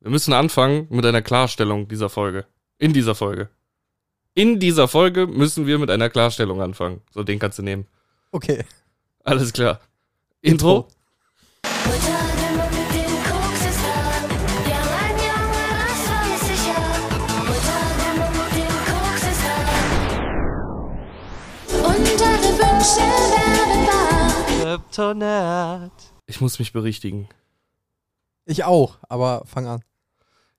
Wir müssen anfangen mit einer Klarstellung dieser Folge. In dieser Folge. In dieser Folge müssen wir mit einer Klarstellung anfangen. So, den kannst du nehmen. Okay. Alles klar. Intro. Ich muss mich berichtigen. Ich auch, aber fang an.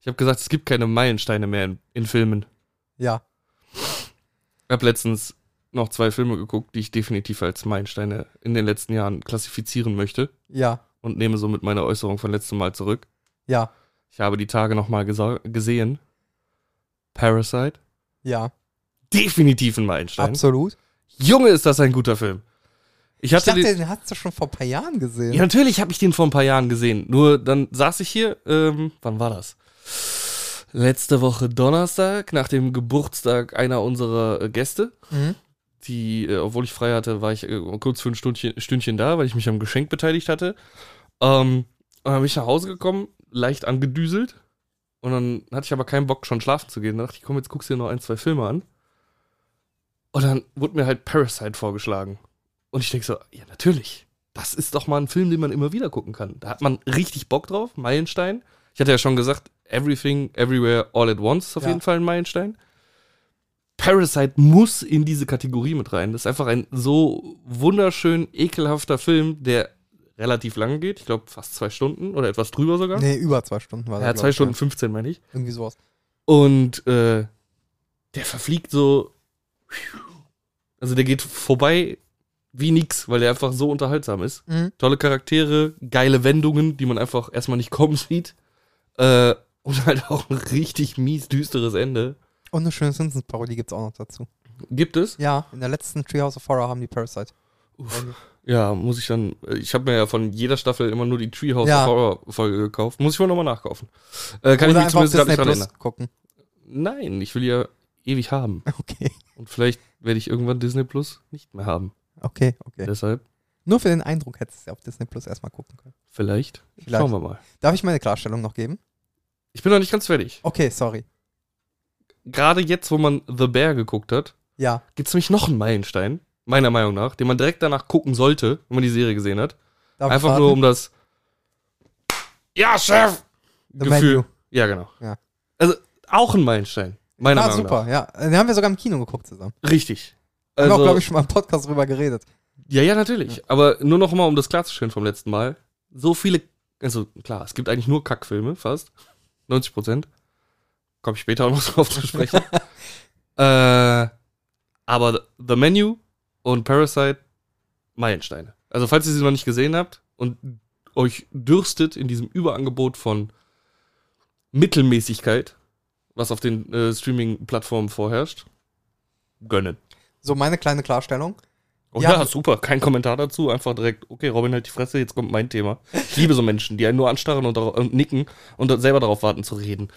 Ich habe gesagt, es gibt keine Meilensteine mehr in, in Filmen. Ja. Ich habe letztens noch zwei Filme geguckt, die ich definitiv als Meilensteine in den letzten Jahren klassifizieren möchte Ja. und nehme somit meine Äußerung von letztem Mal zurück. Ja. Ich habe die Tage nochmal gesehen. Parasite. Ja. Definitiv ein Meilenstein. Absolut. Junge, ist das ein guter Film. Ich Ich hatte dachte, den, den hast du schon vor ein paar Jahren gesehen. ja, natürlich habe ich den vor ein paar Jahren gesehen. Nur dann saß ich hier, ähm, wann war das? Letzte Woche Donnerstag, nach dem Geburtstag einer unserer äh, Gäste. Mhm. die, äh, obwohl ich frei hatte, war ich äh, kurz für ein Stündchen, Stündchen da, weil ich mich am Geschenk beteiligt hatte. Ähm, und dann bin ich nach Hause gekommen, leicht angedüselt. Und dann hatte ich aber keinen Bock, schon schlafen zu gehen. Dann dachte ich, komm, jetzt guckst du dir noch ein, zwei Filme an. Und dann wurde mir halt Parasite vorgeschlagen. Und ich denke so, ja, natürlich. Das ist doch mal ein Film, den man immer wieder gucken kann. Da hat man richtig Bock drauf, Meilenstein. Ich hatte ja schon gesagt, Everything, Everywhere, All at Once ist auf Ja. jeden Fall ein Meilenstein. Parasite muss in diese Kategorie mit rein. Das ist einfach ein so wunderschön ekelhafter Film, der relativ lange geht. Ich glaube, fast zwei Stunden oder etwas drüber sogar. Nee, über zwei Stunden war ja, glaub zwei ich, Stunden 15 meine ich. Ja. Irgendwie sowas. Und äh, der verfliegt so. Also der geht vorbei wie nix, weil der einfach so unterhaltsam ist. Mhm. Tolle Charaktere, geile Wendungen, die man einfach erstmal nicht kommen sieht. Äh, und halt auch ein richtig mies düsteres Ende. Und eine schöne Simpsons-Parodie gibt's auch noch dazu. Gibt es? Ja, in der letzten Treehouse of Horror haben die Parasite. Uff. Ja, muss ich dann. Ich habe mir ja von jeder Staffel immer nur die Treehouse Ja. Horror Folge gekauft. Muss ich wohl nochmal nachkaufen. Äh, kann ich mich auf zumindest gar nicht dran erinnern. gucken. Nein, ich will die ja ewig haben. Okay. Und vielleicht werde ich irgendwann Disney Plus nicht mehr haben. Okay, okay. Deshalb, Nur für den Eindruck hättest du ja auf Disney Plus erstmal gucken können. vielleicht, Vielleicht. Schauen wir mal. Darf ich meine Klarstellung noch geben? Ich bin noch nicht ganz fertig. Okay, sorry. Gerade jetzt, wo man The Bear geguckt hat, Ja. gibt es nämlich noch einen Meilenstein, meiner Meinung nach, den man direkt danach gucken sollte, wenn man die Serie gesehen hat. Darf Einfach ich nur raten? um das Ja, Chef! The um Gefühl. Menu. Ja, genau. Ja. Also auch ein Meilenstein, meiner Ah, Meinung super, ja. Den haben wir sogar im Kino geguckt zusammen. nach. Richtig. Also, haben wir auch, Also, glaube ich, schon mal im Podcast drüber geredet. ja, ja, natürlich. Aber nur noch mal, um das klarzustellen vom letzten Mal. So viele, also klar, es gibt eigentlich nur Kackfilme, fast. 90 Prozent. Komme ich später auch noch drauf zu sprechen. Äh, aber The Menu und Parasite Meilensteine. Also falls ihr sie noch nicht gesehen habt und euch dürstet in diesem Überangebot von Mittelmäßigkeit, was auf den äh, Streaming-Plattformen vorherrscht, gönnen. So, meine kleine Klarstellung. Oh ja. Ja. super. Kein Kommentar dazu. Einfach direkt, okay, Robin, halt die Fresse, jetzt kommt mein Thema. Ich liebe so Menschen, die einen nur anstarren und, darauf- und nicken und dann selber darauf warten zu reden.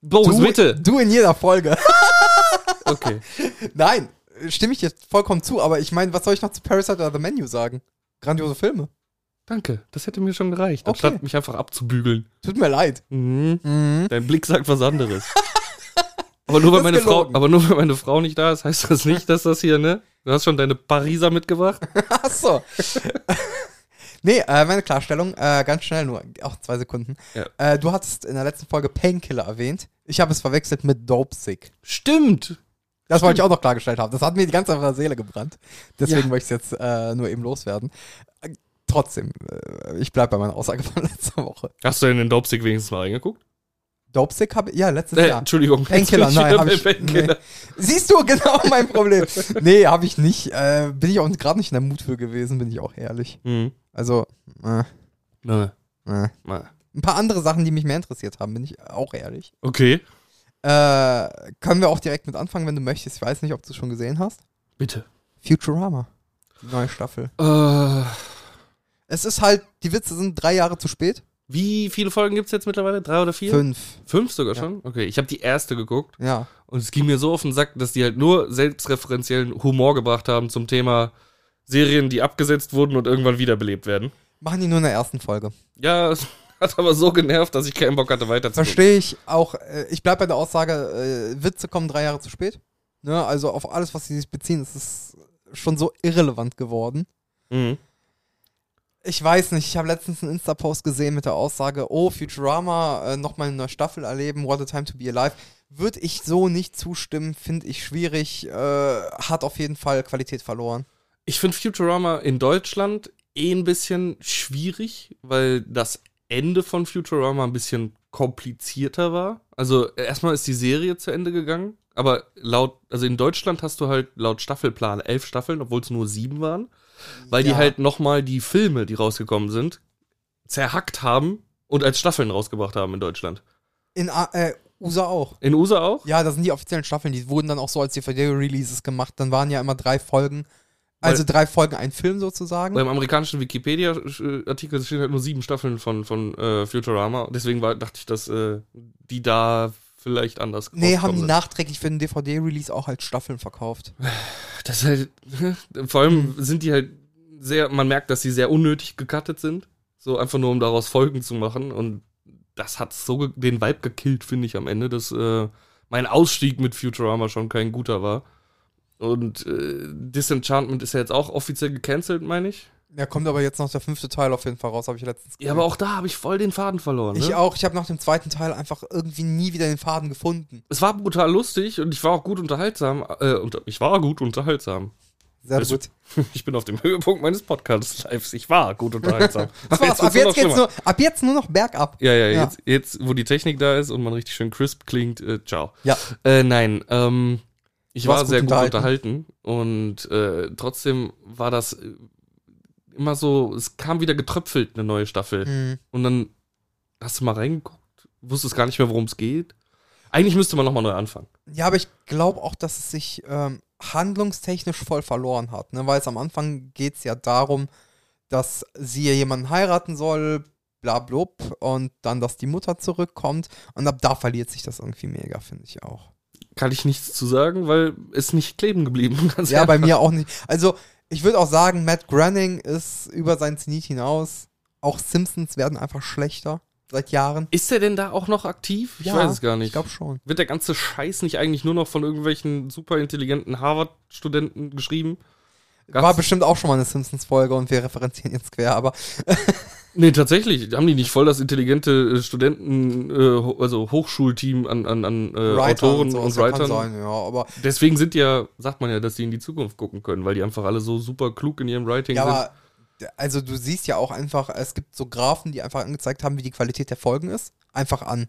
Bones, Oh, bitte! du in jeder Folge. Okay. Nein, stimme ich dir vollkommen zu, aber ich meine, was soll ich noch zu Parasite oder The Menu sagen? Grandiose Filme. Danke, das hätte mir schon gereicht, Okay. anstatt mich einfach abzubügeln. Tut mir leid. Mhm. Dein Blick sagt was anderes. aber, nur weil Das meine ist Frau, gelogen. aber nur weil meine Frau nicht da ist, heißt das nicht, dass das hier, ne? Du hast schon deine Pariser mitgebracht. Ach so. nee, äh, meine Klarstellung, äh, ganz schnell nur, auch zwei Sekunden. Ja. Äh, du hattest in der letzten Folge Painkiller erwähnt. Ich habe es verwechselt mit Dope Sick. Stimmt! Das wollte ich auch noch klargestellt haben. Das hat mir die ganze Zeit von der Seele gebrannt. Deswegen Ja. wollte ich es jetzt äh, nur eben loswerden. Äh, trotzdem, äh, ich bleibe bei meiner Aussage von letzter Woche. Hast du denn den Dopsic wenigstens mal reingeguckt? Dopesick habe ich, ja, letztes Äh, Jahr. Entschuldigung. jetzt bin Painkiller, ich wieder nein, hab bei ich, Painkiller. nee. Siehst du, genau mein Problem. nee, habe ich nicht. Äh, bin ich auch gerade nicht in der Mut für gewesen, bin ich auch ehrlich. Mhm. Also, äh, Nein, äh. nein. ein paar andere Sachen, die mich mehr interessiert haben, bin ich auch ehrlich. Okay, Äh, können wir auch direkt mit anfangen, wenn du möchtest. Ich weiß nicht, ob du es schon gesehen hast. bitte. Futurama, die neue Staffel. Äh, Es ist halt, die Witze sind drei Jahre zu spät. wie viele Folgen gibt es jetzt mittlerweile? Drei oder vier? Fünf. Fünf sogar Ja. schon? Okay, ich habe die erste geguckt Ja. und es ging mir so auf den Sack, dass die halt nur selbstreferenziellen Humor gebracht haben zum Thema Serien, die abgesetzt wurden und irgendwann wiederbelebt werden. Machen die nur in der ersten Folge. Ja, Hat aber so genervt, dass ich keinen Bock hatte, weiterzugucken. Verstehe ich auch. Äh, ich bleibe bei der Aussage, äh, Witze kommen drei Jahre zu spät. Ne? Also auf alles, was sie sich beziehen, ist es schon so irrelevant geworden. Mhm. Ich weiß nicht, ich habe letztens einen Insta-Post gesehen mit der Aussage, oh, Futurama, äh, nochmal eine neue Staffel erleben, what a time to be alive. Würde ich so nicht zustimmen, finde ich schwierig, äh, hat auf jeden Fall Qualität verloren. Ich finde Futurama in Deutschland eh ein bisschen schwierig, weil das Ende von Futurama ein bisschen komplizierter war. Also erstmal ist die Serie zu Ende gegangen, aber laut, also in Deutschland hast du halt laut Staffelplan elf Staffeln, obwohl es nur sieben waren, weil die Ja. halt nochmal die Filme, die rausgekommen sind, zerhackt haben und als Staffeln rausgebracht haben in Deutschland. In A äh, USA auch. In USA auch? Ja, das sind die offiziellen Staffeln, die wurden dann auch so als DVD-Releases gemacht. Dann waren ja immer drei Folgen, Weil- also drei Folgen ein Film sozusagen. Beim amerikanischen Wikipedia-Artikel stehen halt nur sieben Staffeln von, von äh, Futurama. Deswegen war, dachte ich, dass äh, die da vielleicht anders Nee, haben rausgekommen die sind. nachträglich für den DVD-Release auch als Staffeln verkauft. Das ist halt, vor allem Hm. sind die halt sehr, man merkt, dass sie sehr unnötig gecuttet sind. So einfach nur, um daraus Folgen zu machen. Und das hat so ge- den Vibe gekillt, finde ich am Ende, dass äh, mein Ausstieg mit Futurama schon kein guter war. Und äh, Disenchantment ist ja jetzt auch offiziell gecancelt, meine ich. Ja, kommt aber jetzt noch der fünfte Teil auf jeden Fall raus, habe ich letztens Ja, aber auch da habe ich voll den Faden verloren. Ne? Ich auch, ich habe nach dem zweiten Teil einfach irgendwie nie wieder den Faden gefunden. Es war brutal lustig und ich war auch gut unterhaltsam. Äh, und ich war gut unterhaltsam. Sehr Also, gut. Ich bin auf dem Höhepunkt meines Podcasts-Lives. Ich war gut unterhaltsam. Das war's. Ab wird's jetzt, schlimmer. geht's nur, ab jetzt nur noch bergab. Ja, ja, Ja. Jetzt, jetzt, wo die Technik da ist und man richtig schön crisp klingt, äh, ciao. Ja. Äh, nein, ähm, ich Du war warst gut sehr gut unterhalten, unterhalten. und äh, trotzdem war das äh, immer so, es kam wieder getröpfelt, eine neue Staffel. Hm. Und dann hast du mal reingeguckt, wusstest gar nicht mehr, worum es geht. Eigentlich müsste man nochmal neu anfangen. Ja, aber ich glaube auch, dass es sich ähm, handlungstechnisch voll verloren hat, ne? weil es am Anfang geht es ja darum, dass sie ja jemanden heiraten soll, bla blub, und dann, dass die Mutter zurückkommt. Und ab da verliert sich das irgendwie mega, finde ich auch. Kann ich nichts zu sagen, weil es nicht kleben geblieben. Ganz Ja, bei ehrlich. mir auch nicht. Also, ich würde auch sagen, Matt Groening ist über seinen Zenit hinaus. Auch Simpsons werden einfach schlechter seit Jahren. Ist der denn da auch noch aktiv? Ich Ja, weiß es gar Ich nicht. glaube schon. Wird der ganze Scheiß nicht eigentlich nur noch von irgendwelchen superintelligenten Harvard-Studenten geschrieben? Gab's- War bestimmt auch schon mal eine Simpsons-Folge und wir referenzieren jetzt quer, aber Nee, tatsächlich. Haben die nicht voll das intelligente äh, Studenten, äh, ho- also Hochschulteam an, an, an äh, Writer Autoren und, so, das kann Writern? sein, ja, aber, Deswegen sind die ja, sagt man ja, dass die in die Zukunft gucken können, weil die einfach alle so super klug in ihrem Writing ja, sind. aber also du siehst ja auch einfach, es gibt so Graphen, die einfach angezeigt haben, wie die Qualität der Folgen ist. Einfach an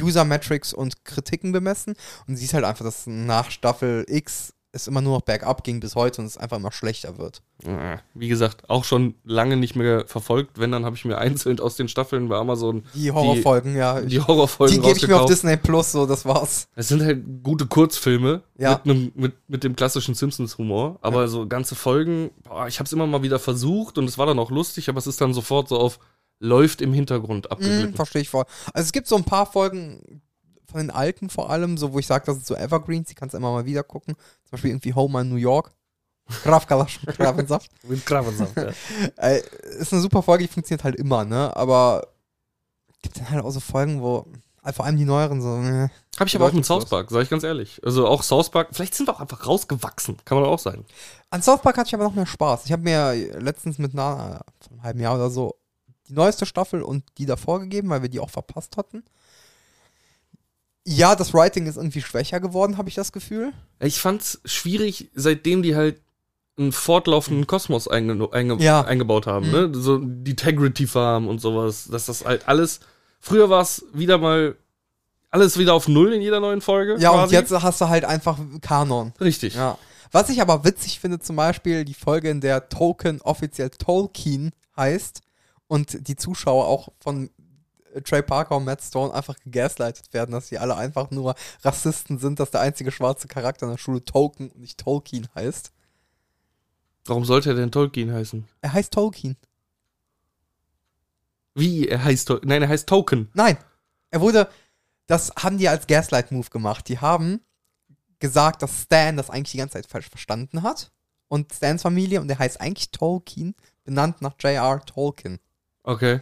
User-Metrics und Kritiken bemessen. Und siehst halt einfach, dass nach Staffel X es immer nur noch bergab ging bis heute und es einfach immer schlechter wird. Äh, Wie gesagt, auch schon lange nicht mehr verfolgt. Wenn, dann habe ich mir einzeln aus den Staffeln bei Amazon Die Horrorfolgen, ja. die Horrorfolgen Die gebe ich mir auf rausgekauft. Disney Plus, so, das war's. Es sind halt gute Kurzfilme Ja. mit, einem, mit, mit dem klassischen Simpsons-Humor, aber so ganze Folgen, boah, ich habe es immer mal wieder versucht und es war dann auch lustig, aber es ist dann sofort so auf läuft im Hintergrund Mm, abgeglitten. Verstehe ich voll. Also es gibt so ein paar Folgen von den alten vor allem, so wo ich sage, das sind so Evergreens, die kannst du immer mal wieder gucken. Zum Beispiel irgendwie Homer in New York. Kraftkalasch mit Krabbensaft. Mit Krabbelsaft, ja. äh, ist eine super Folge, die funktioniert halt immer, ne? Aber gibt dann halt auch so Folgen, wo halt vor allem die neueren so, ne? Hab ich aber auch mit Leute, South Park, sag ich ganz ehrlich. Also auch South Park, vielleicht sind wir auch einfach rausgewachsen, kann man auch sagen. An South Park hatte ich aber noch mehr Spaß. Ich habe mir letztens mit Nana vor einem halben Jahr oder so die neueste Staffel und die davor gegeben, weil wir die auch verpasst hatten. Ja, das Writing ist irgendwie schwächer geworden, habe ich das Gefühl. Ich fand's schwierig, seitdem die halt einen fortlaufenden Kosmos einge einge Mhm. Ja. eingebaut haben, Mhm. ne? So die Integrity Farm und sowas, dass das halt alles. Früher war's wieder mal alles wieder auf Null in jeder neuen Folge. Ja, und quasi. jetzt hast du halt einfach Kanon. Richtig. Ja. Was ich aber witzig finde, zum Beispiel die Folge, in der Token offiziell Tolkien heißt und die Zuschauer auch von äh, Trey Parker und Matt Stone einfach gegaslightet werden, dass sie alle einfach nur Rassisten sind, dass der einzige schwarze Charakter in der Schule Token und nicht Tolkien heißt. Warum sollte er denn Tolkien heißen? Er heißt Tolkien. Wie? Er heißt Tol Nein, er heißt Token. Nein, er wurde, das haben die als Gaslight-Move gemacht. Die haben gesagt, dass Stan das eigentlich die ganze Zeit falsch verstanden hat. Und Stans Familie, und der heißt eigentlich Tolkien, benannt nach J.R. Tolkien. Okay.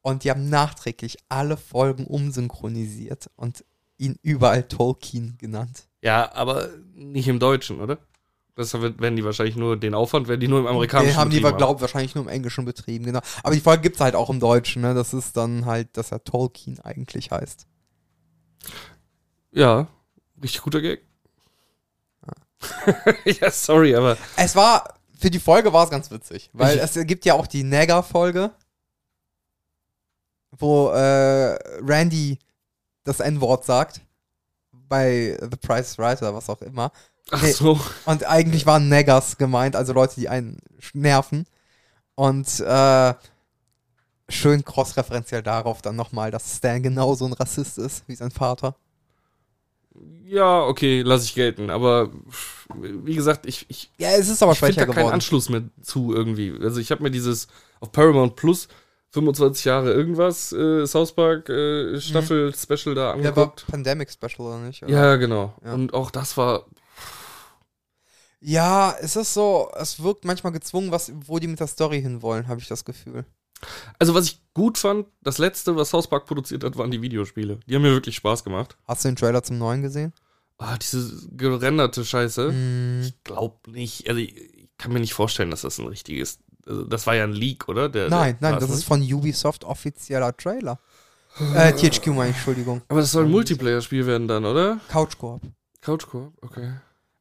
Und die haben nachträglich alle Folgen umsynchronisiert und ihn überall Tolkien genannt. Ja, aber nicht im Deutschen, oder? Das wird- werden die wahrscheinlich nur den Aufwand, werden die nur im amerikanischen Den haben die, betrieben glaube wahrscheinlich nur im Englischen betrieben, genau. Aber die Folge gibt es halt auch im Deutschen, ne? Das ist dann halt, dass er Tolkien eigentlich heißt. Ja, richtig guter Gag. Ah. ja, sorry, aber Es war, für die Folge war es ganz witzig, weil Ich- es gibt ja auch die Nagger-Folge, wo äh, Randy das N-Wort sagt. Bei The Price is Right oder was auch immer. ach Nee. so. Und eigentlich waren Naggers gemeint, also Leute, die einen sch- nerven. Und äh, schön crossreferenziell darauf dann nochmal, dass Stan genauso ein Rassist ist wie sein Vater. Ja, okay, lasse ich gelten. Aber pff, wie gesagt, ich, ich Ja, es ist aber ich finde da schwächer keinen geworden. Anschluss mehr zu irgendwie. Also ich habe mir dieses auf Paramount Plus 25 Jahre irgendwas äh, South Park äh, Staffel Special da Der Mhm. war angeguckt. Pandemic Special oder nicht? Oder? Ja, genau. Ja. Und auch das war ja, es ist so, es wirkt manchmal gezwungen, was, wo die mit der Story hinwollen, habe ich das Gefühl. also was ich gut fand, das letzte, was South Park produziert hat, waren die Videospiele. Die haben mir wirklich Spaß gemacht. Hast du den Trailer zum neuen gesehen? Ah, diese gerenderte Scheiße. Mm, Ich glaub nicht, also ich, ich kann mir nicht vorstellen, dass das ein richtiges also das war ja ein Leak, oder? Der, Äh, nein, der, nein, das ist von Ubisoft offizieller Trailer. äh, THQ meine ich, Entschuldigung. Aber das soll ein Multiplayer-Spiel werden dann, oder? Couch Coop. Couchcore, okay.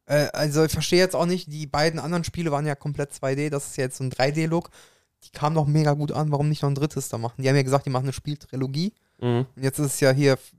Äh, also ich verstehe jetzt auch nicht, die beiden anderen Spiele waren ja komplett 2D, das ist ja jetzt so ein 3D-Look. Die kamen doch mega gut an, warum nicht noch ein drittes da machen? Die haben ja gesagt, die machen eine Spieltrilogie. Mhm. Und jetzt ist es ja hier F-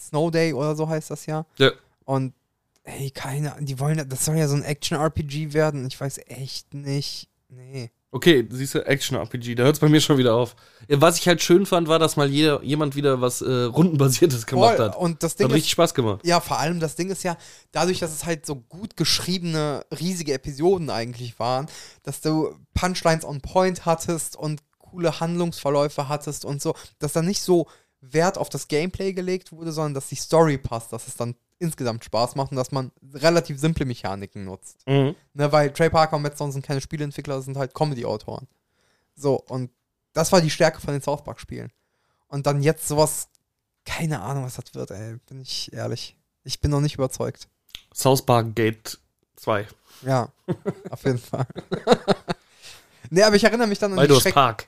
Snow Day oder so heißt das ja. Ja. Und ey, keine Ahnung, die wollen, das soll ja so ein Action-RPG werden. Ich weiß echt nicht. Nee. Okay, siehst du, Action-RPG, da hört es bei mir schon wieder auf. Ja, Was ich halt schön fand, war, dass mal jeder, jemand wieder was äh, Rundenbasiertes gemacht Voll. hat. Und das Ding Hat ist, richtig Spaß gemacht. Ja, vor allem das Ding ist ja, dadurch, dass es halt so gut geschriebene, riesige Episoden eigentlich waren, dass du Punchlines on Point hattest und coole Handlungsverläufe hattest und so, dass da nicht so Wert auf das Gameplay gelegt wurde, sondern dass die Story passt, dass es dann insgesamt Spaß macht und dass man relativ simple Mechaniken nutzt. Mhm. Ne, weil Trey Parker und Matt Stone sind keine Spieleentwickler, das sind halt Comedy-Autoren. So, und das war die Stärke von den South Park-Spielen. Und dann jetzt sowas, keine Ahnung, was das wird, ey, bin ich ehrlich. Ich bin noch nicht überzeugt. South Park Gate 2. Ja, auf jeden Fall. nee, aber ich erinnere mich dann an die Baldur's Schreck Park.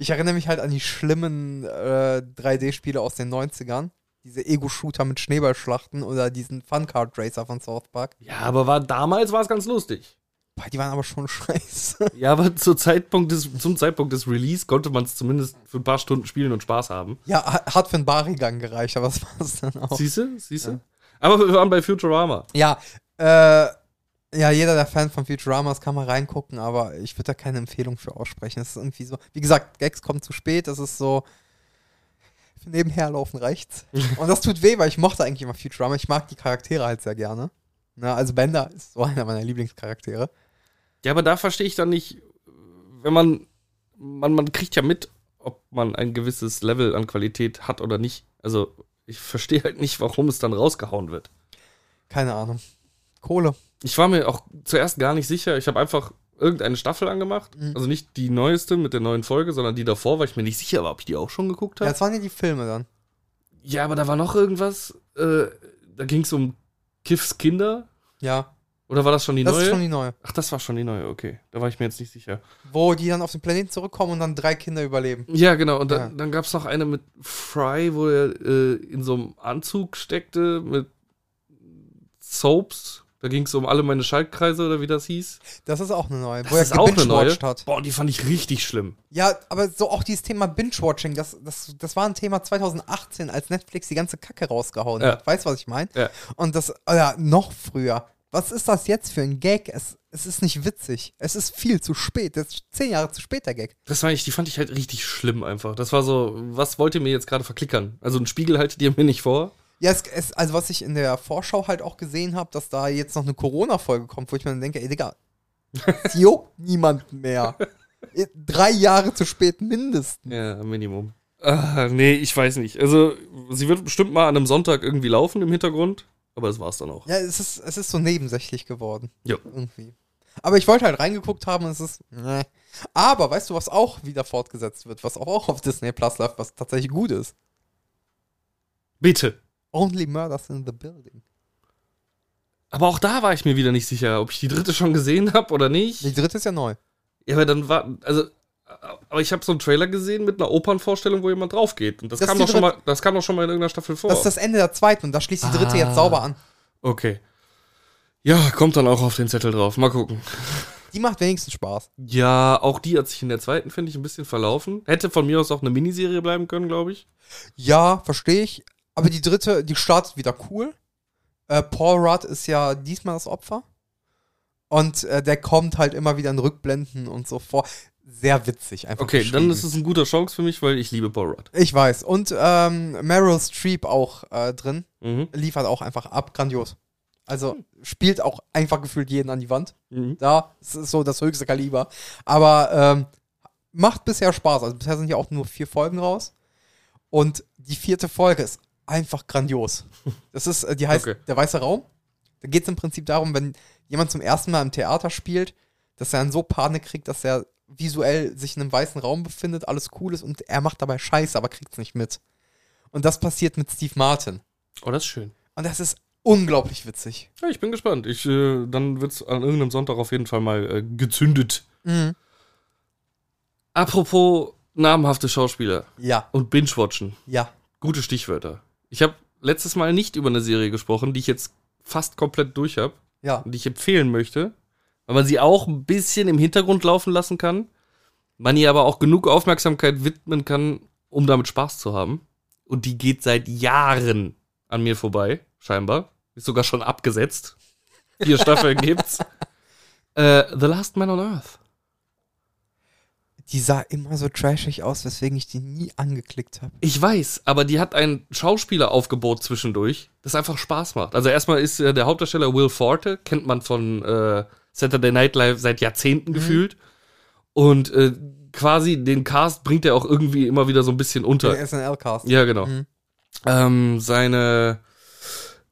Ich erinnere mich halt an die schlimmen äh, 3D-Spiele aus den 90ern. Diese Ego-Shooter mit Schneeballschlachten oder diesen Fun-Card-Racer von South Park. Ja, aber war, damals war es ganz lustig. Boah, die waren aber schon scheiße. Ja, aber zur Zeitpunkt des, zum Zeitpunkt des Release konnte man es zumindest für ein paar Stunden spielen und Spaß haben. Ja, ha- hat für einen Barigang gereicht, aber was war es dann auch? Siehst du? Siehst du? Aber wir waren bei Futurama. Ja, äh, ja, jeder, der Fan von Futurama ist, kann mal reingucken, aber ich würde da keine Empfehlung für aussprechen. Es ist irgendwie so, wie gesagt, Gags kommen zu spät, es ist so für nebenherlaufen rechts. Und das tut weh, weil ich mochte eigentlich immer Futurama. Ich mag die Charaktere halt sehr gerne. Na, also Bender ist so einer meiner Lieblingscharaktere. Ja, aber da verstehe ich dann nicht, wenn man, man, man kriegt ja mit, ob man ein gewisses Level an Qualität hat oder nicht. Also, ich verstehe halt nicht, warum es dann rausgehauen wird. Keine Ahnung. Kohle. Ich war mir auch zuerst gar nicht sicher. Ich habe einfach irgendeine Staffel angemacht. Mhm. Also nicht die neueste mit der neuen Folge, sondern die davor, weil ich mir nicht sicher war, ob ich die auch schon geguckt Ja, habe. das waren ja die Filme dann. Ja, aber da war noch irgendwas. Äh, da ging es um Kiffs Kinder. Ja, Oder war das schon die das neue? ist schon die neue. Ach, das war schon die neue, okay. Da war ich mir jetzt nicht sicher. Wo die dann auf den Planeten zurückkommen und dann drei Kinder überleben. Ja, genau. Und dann, Ja. dann gab es noch eine mit Fry, wo er äh, in so einem Anzug steckte mit Soaps. Da ging es um alle meine Schaltkreise oder wie das hieß. Das ist auch eine neue. Das ist auch eine neue. gebingewatcht hat. Boah, und die fand ich richtig schlimm. Ja, aber so auch dieses Thema Binge-Watching, das, das, das war ein Thema 2018, als Netflix die ganze Kacke rausgehauen Ja. hat. Weißt du, was ich meine? Ja. Und das, oder noch früher. Was ist das jetzt für ein Gag? Es, es ist nicht witzig. Es ist viel zu spät. Das ist zehn Jahre zu spät, der Gag. Das war ich, die fand ich halt richtig schlimm einfach. Das war so, was wollt ihr mir jetzt gerade verklickern? Also einen Spiegel haltet ihr mir nicht vor. Ja, es, es, also was ich in der Vorschau halt auch gesehen habe, dass da jetzt noch eine Corona-Folge kommt, wo ich mir dann denke, ey Digga, es juckt niemanden mehr. Drei Jahre zu spät mindestens. Ja, Minimum. Ah, nee, ich weiß nicht. Also, sie wird bestimmt mal an einem Sonntag irgendwie laufen im Hintergrund, aber das war's dann auch. Ja, es ist, es ist so nebensächlich geworden. Ja. Irgendwie. Aber ich wollte halt reingeguckt haben und es ist. Nee. Aber weißt du, was auch wieder fortgesetzt wird, was auch, auch auf Disney Plus läuft, was tatsächlich gut ist? Bitte. Only Murders in the Building. Aber auch da war ich mir wieder nicht sicher, ob ich die dritte schon gesehen habe oder nicht. Die dritte ist ja neu. Ja, aber dann war, also, aber ich habe so einen Trailer gesehen mit einer Opernvorstellung, wo jemand draufgeht. Und das, Das kam ist die doch schon dritte- mal, das kam doch schon mal in irgendeiner Staffel vor. Das ist das Ende der zweiten und da schließt die dritte Oh. Ah. jetzt sauber an. okay. Ja, kommt dann auch auf den Zettel drauf. Mal gucken. Die macht wenigstens Spaß. Ja, auch die hat sich in der zweiten, finde ich, ein bisschen verlaufen. Hätte von mir aus auch eine Miniserie bleiben können, glaube ich. Ja, verstehe ich. Aber die dritte, die startet wieder cool. Äh, Paul Rudd ist ja diesmal das Opfer. Und äh, der kommt halt immer wieder in Rückblenden und so vor. Sehr witzig einfach. Okay, dann geschrieben. ist es ein guter Chance für mich, weil ich liebe Paul Rudd. Ich weiß. Und ähm, Meryl Streep auch äh, drin. Mhm. Liefert auch einfach ab. Grandios. Also spielt auch einfach gefühlt jeden an die Wand. Mhm. Da es ist so das höchste Kaliber. Aber ähm, macht bisher Spaß. Also bisher sind ja auch nur vier Folgen raus. Und die vierte Folge ist einfach grandios. Das ist, äh, die heißt Okay. Der Weiße Raum. Da geht es im Prinzip darum, wenn jemand zum ersten Mal im Theater spielt, dass er dann so Panik kriegt, dass er visuell sich in einem weißen Raum befindet, alles cool ist und er macht dabei Scheiße, aber kriegt es nicht mit. Und das passiert mit Steve Martin. Oh, das ist schön. Und das ist unglaublich witzig. Ja, ich bin gespannt. Ich, äh, dann wird's an irgendeinem Sonntag auf jeden Fall mal äh, gezündet. Mhm. Apropos namhafte Schauspieler Ja, und Binge-Watchen. ja. Gute Stichwörter. Ich habe letztes Mal nicht über eine Serie gesprochen, die ich jetzt fast komplett durch habe Ja. und die ich empfehlen möchte, weil man sie auch ein bisschen im Hintergrund laufen lassen kann, man ihr aber auch genug Aufmerksamkeit widmen kann, um damit Spaß zu haben. Und die geht seit Jahren an mir vorbei, scheinbar. Ist sogar schon abgesetzt. Vier Staffeln gibt's. Äh, The Last Man on Earth. Die sah immer so trashig aus, weswegen ich die nie angeklickt habe. Ich weiß, aber die hat ein Schauspieleraufgebot zwischendurch, das einfach Spaß macht. Also erstmal ist äh, der Hauptdarsteller Will Forte, kennt man von äh, Saturday Night Live seit Jahrzehnten gefühlt. Und äh, quasi den Cast bringt er auch irgendwie immer wieder so ein bisschen unter. Der SNL-Cast. Ja, genau. Mhm. Ähm, seine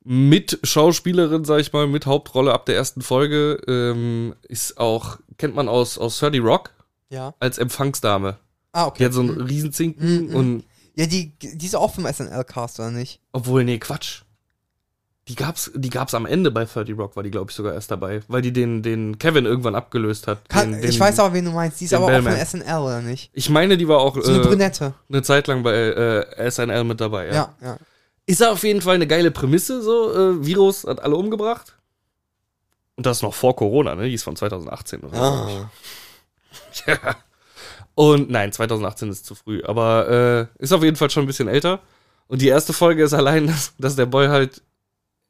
Mitschauspielerin, sag ich mal, mit Hauptrolle ab der ersten Folge, ähm, ist auch, kennt man aus, aus 30 Rock Ja. als Empfangsdame. Ah, Die okay. hat so einen Riesenzinken Mhm. und ja, die, die ist auch vom SNL-Cast, oder nicht? Obwohl, nee, Quatsch. Die gab's, die gab's am Ende bei 30 Rock, war die, glaube ich, sogar erst dabei, weil die den, den Kevin irgendwann abgelöst hat. Kann, den, den, ich weiß auch, wen du meinst. Die ist den aber auch Bellman. von SNL, oder nicht? Ich meine, die war auch So eine äh, Brünette. eine Zeit lang bei äh, SNL mit dabei. Ja. Ja, ja. Ist auf jeden Fall eine geile Prämisse, so. Äh, Virus hat alle umgebracht. Und das noch vor Corona, ne? Die ist von 2018 oder so. Ah. Ja. Und nein, 2018 ist zu früh, aber äh, ist auf jeden Fall schon ein bisschen älter. Und die erste Folge ist allein, dass, dass der Boy halt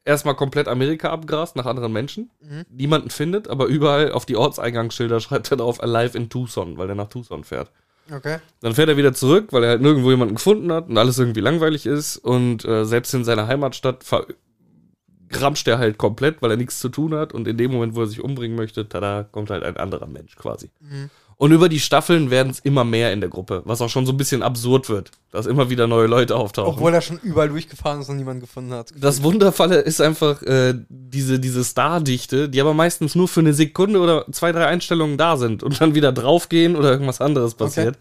erstmal komplett Amerika abgrast nach anderen Menschen, Mhm. niemanden findet, aber überall auf die Ortseingangsschilder schreibt er drauf Alive in Tucson, weil er nach Tucson fährt. Okay. Dann fährt er wieder zurück, weil er halt nirgendwo jemanden gefunden hat und alles irgendwie langweilig ist. Und äh, selbst in seiner Heimatstadt ver- ramscht er halt komplett, weil er nichts zu tun hat. Und in dem Moment, wo er sich umbringen möchte, tada, kommt halt ein anderer Mensch quasi. Mhm. Und über die Staffeln werden es immer mehr in der Gruppe, was auch schon so ein bisschen absurd wird, dass immer wieder neue Leute auftauchen. Obwohl er schon überall durchgefahren ist und niemand gefunden hat. das Wundervolle ist einfach äh, diese, diese Stardichte, die aber meistens nur für eine Sekunde oder zwei, drei Einstellungen da sind und dann wieder draufgehen oder irgendwas anderes passiert.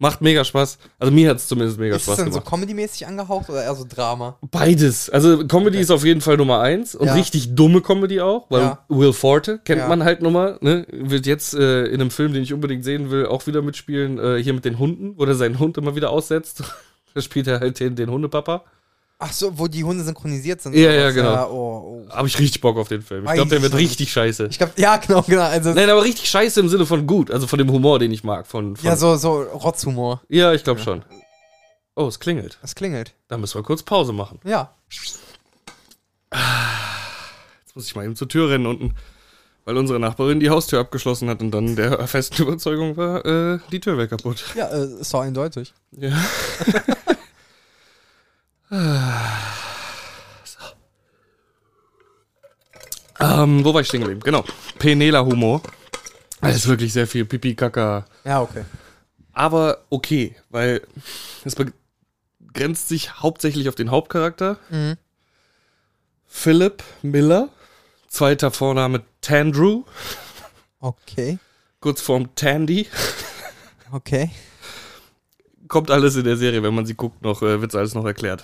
Macht mega Spaß. Also mir hat es zumindest mega ist es Spaß denn gemacht. so comedy-mäßig angehaucht oder eher so Drama? Beides. Also Comedy ist auf jeden Fall Nummer eins und Ja. richtig dumme Comedy auch, weil Ja. Will Forte kennt Ja. man halt nochmal, ne? Wird jetzt äh, in einem Film, den ich unbedingt sehen will, auch wieder mitspielen, äh, hier mit den Hunden, wo der seinen Hund immer wieder aussetzt. da spielt er halt den, den Hundepapa. Ach so, wo die Hunde synchronisiert sind. Ja, ja, Das, genau. oh, oh. Hab ich richtig Bock auf den Film. Ich Weiß glaube, der wird ich nicht. richtig scheiße. Ich glaube, ja, genau, genau. Also, Nein, aber richtig scheiße im Sinne von gut, also von dem Humor, den ich mag. Von, von ja, so, so Rotzhumor. ja, ich glaube schon. Oh, es klingelt. Das klingelt. Da müssen wir kurz Pause machen. Ja. Jetzt muss ich mal eben zur Tür rennen unten, weil unsere Nachbarin die Haustür abgeschlossen hat und dann der festen Überzeugung war, äh, die Tür wäre kaputt. Ja, äh, ist doch eindeutig. Ja. So. ähm, wo war ich stehen geblieben? Genau. Penela-Humor. Das ist wirklich sehr viel Pipi, Kaka. Ja, okay. Aber okay, weil es begrenzt sich hauptsächlich auf den Hauptcharakter. Mhm. Philip Miller, zweiter Vorname Tandrew. Okay, Kurz vorm Tandy. okay. kommt alles in der Serie, wenn man sie guckt, noch äh, wird's alles noch erklärt.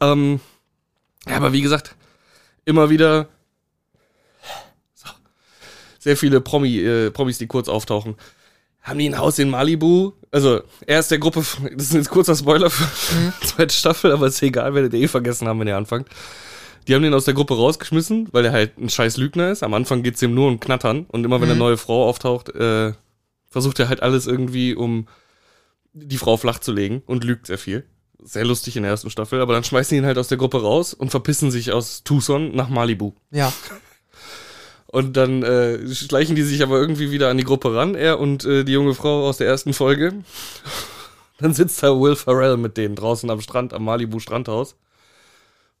Ähm, ja, aber wie gesagt, immer wieder so, sehr viele Promi, äh, Promis, die kurz auftauchen. Haben die ein Haus in Malibu? Also, er ist der Gruppe, das ist jetzt kurzer Spoiler für die zweite Staffel, aber ist egal, werdet ihr eh vergessen haben, wenn ihr anfangt. Die haben den aus der Gruppe rausgeschmissen, weil er halt ein scheiß Lügner ist. Am Anfang geht's ihm nur um Knattern und immer wenn eine neue Frau auftaucht, äh, versucht er halt alles irgendwie, um die Frau flach zu legen und lügt sehr viel. Sehr lustig in der ersten Staffel, aber dann schmeißen die ihn halt aus der Gruppe raus und verpissen sich aus Tucson nach Malibu. Ja, Und dann äh, schleichen die sich aber irgendwie wieder an die Gruppe ran, er und äh, die junge Frau aus der ersten Folge. Dann sitzt da Will Ferrell mit denen draußen am Strand, am Malibu Strandhaus.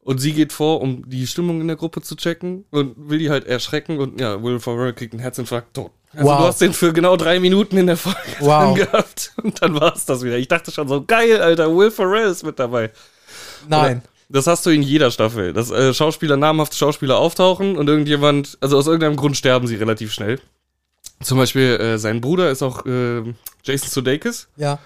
Und sie geht vor, um die Stimmung in der Gruppe zu checken und will die halt erschrecken und ja, Will Ferrell kriegt einen Herzinfarkt tot. Also Wow. du hast den für genau drei Minuten in der Folge Wow. drin gehabt und dann war es das wieder. Ich dachte schon so, geil, Alter, Will Ferrell ist mit dabei. nein. Oder- Ah, Das hast du in jeder Staffel. Dass äh, Schauspieler, namhafte Schauspieler auftauchen und irgendjemand, also aus irgendeinem Grund sterben sie relativ schnell. Zum Beispiel äh, sein Bruder ist auch äh, Jason Sudeikis. Ja,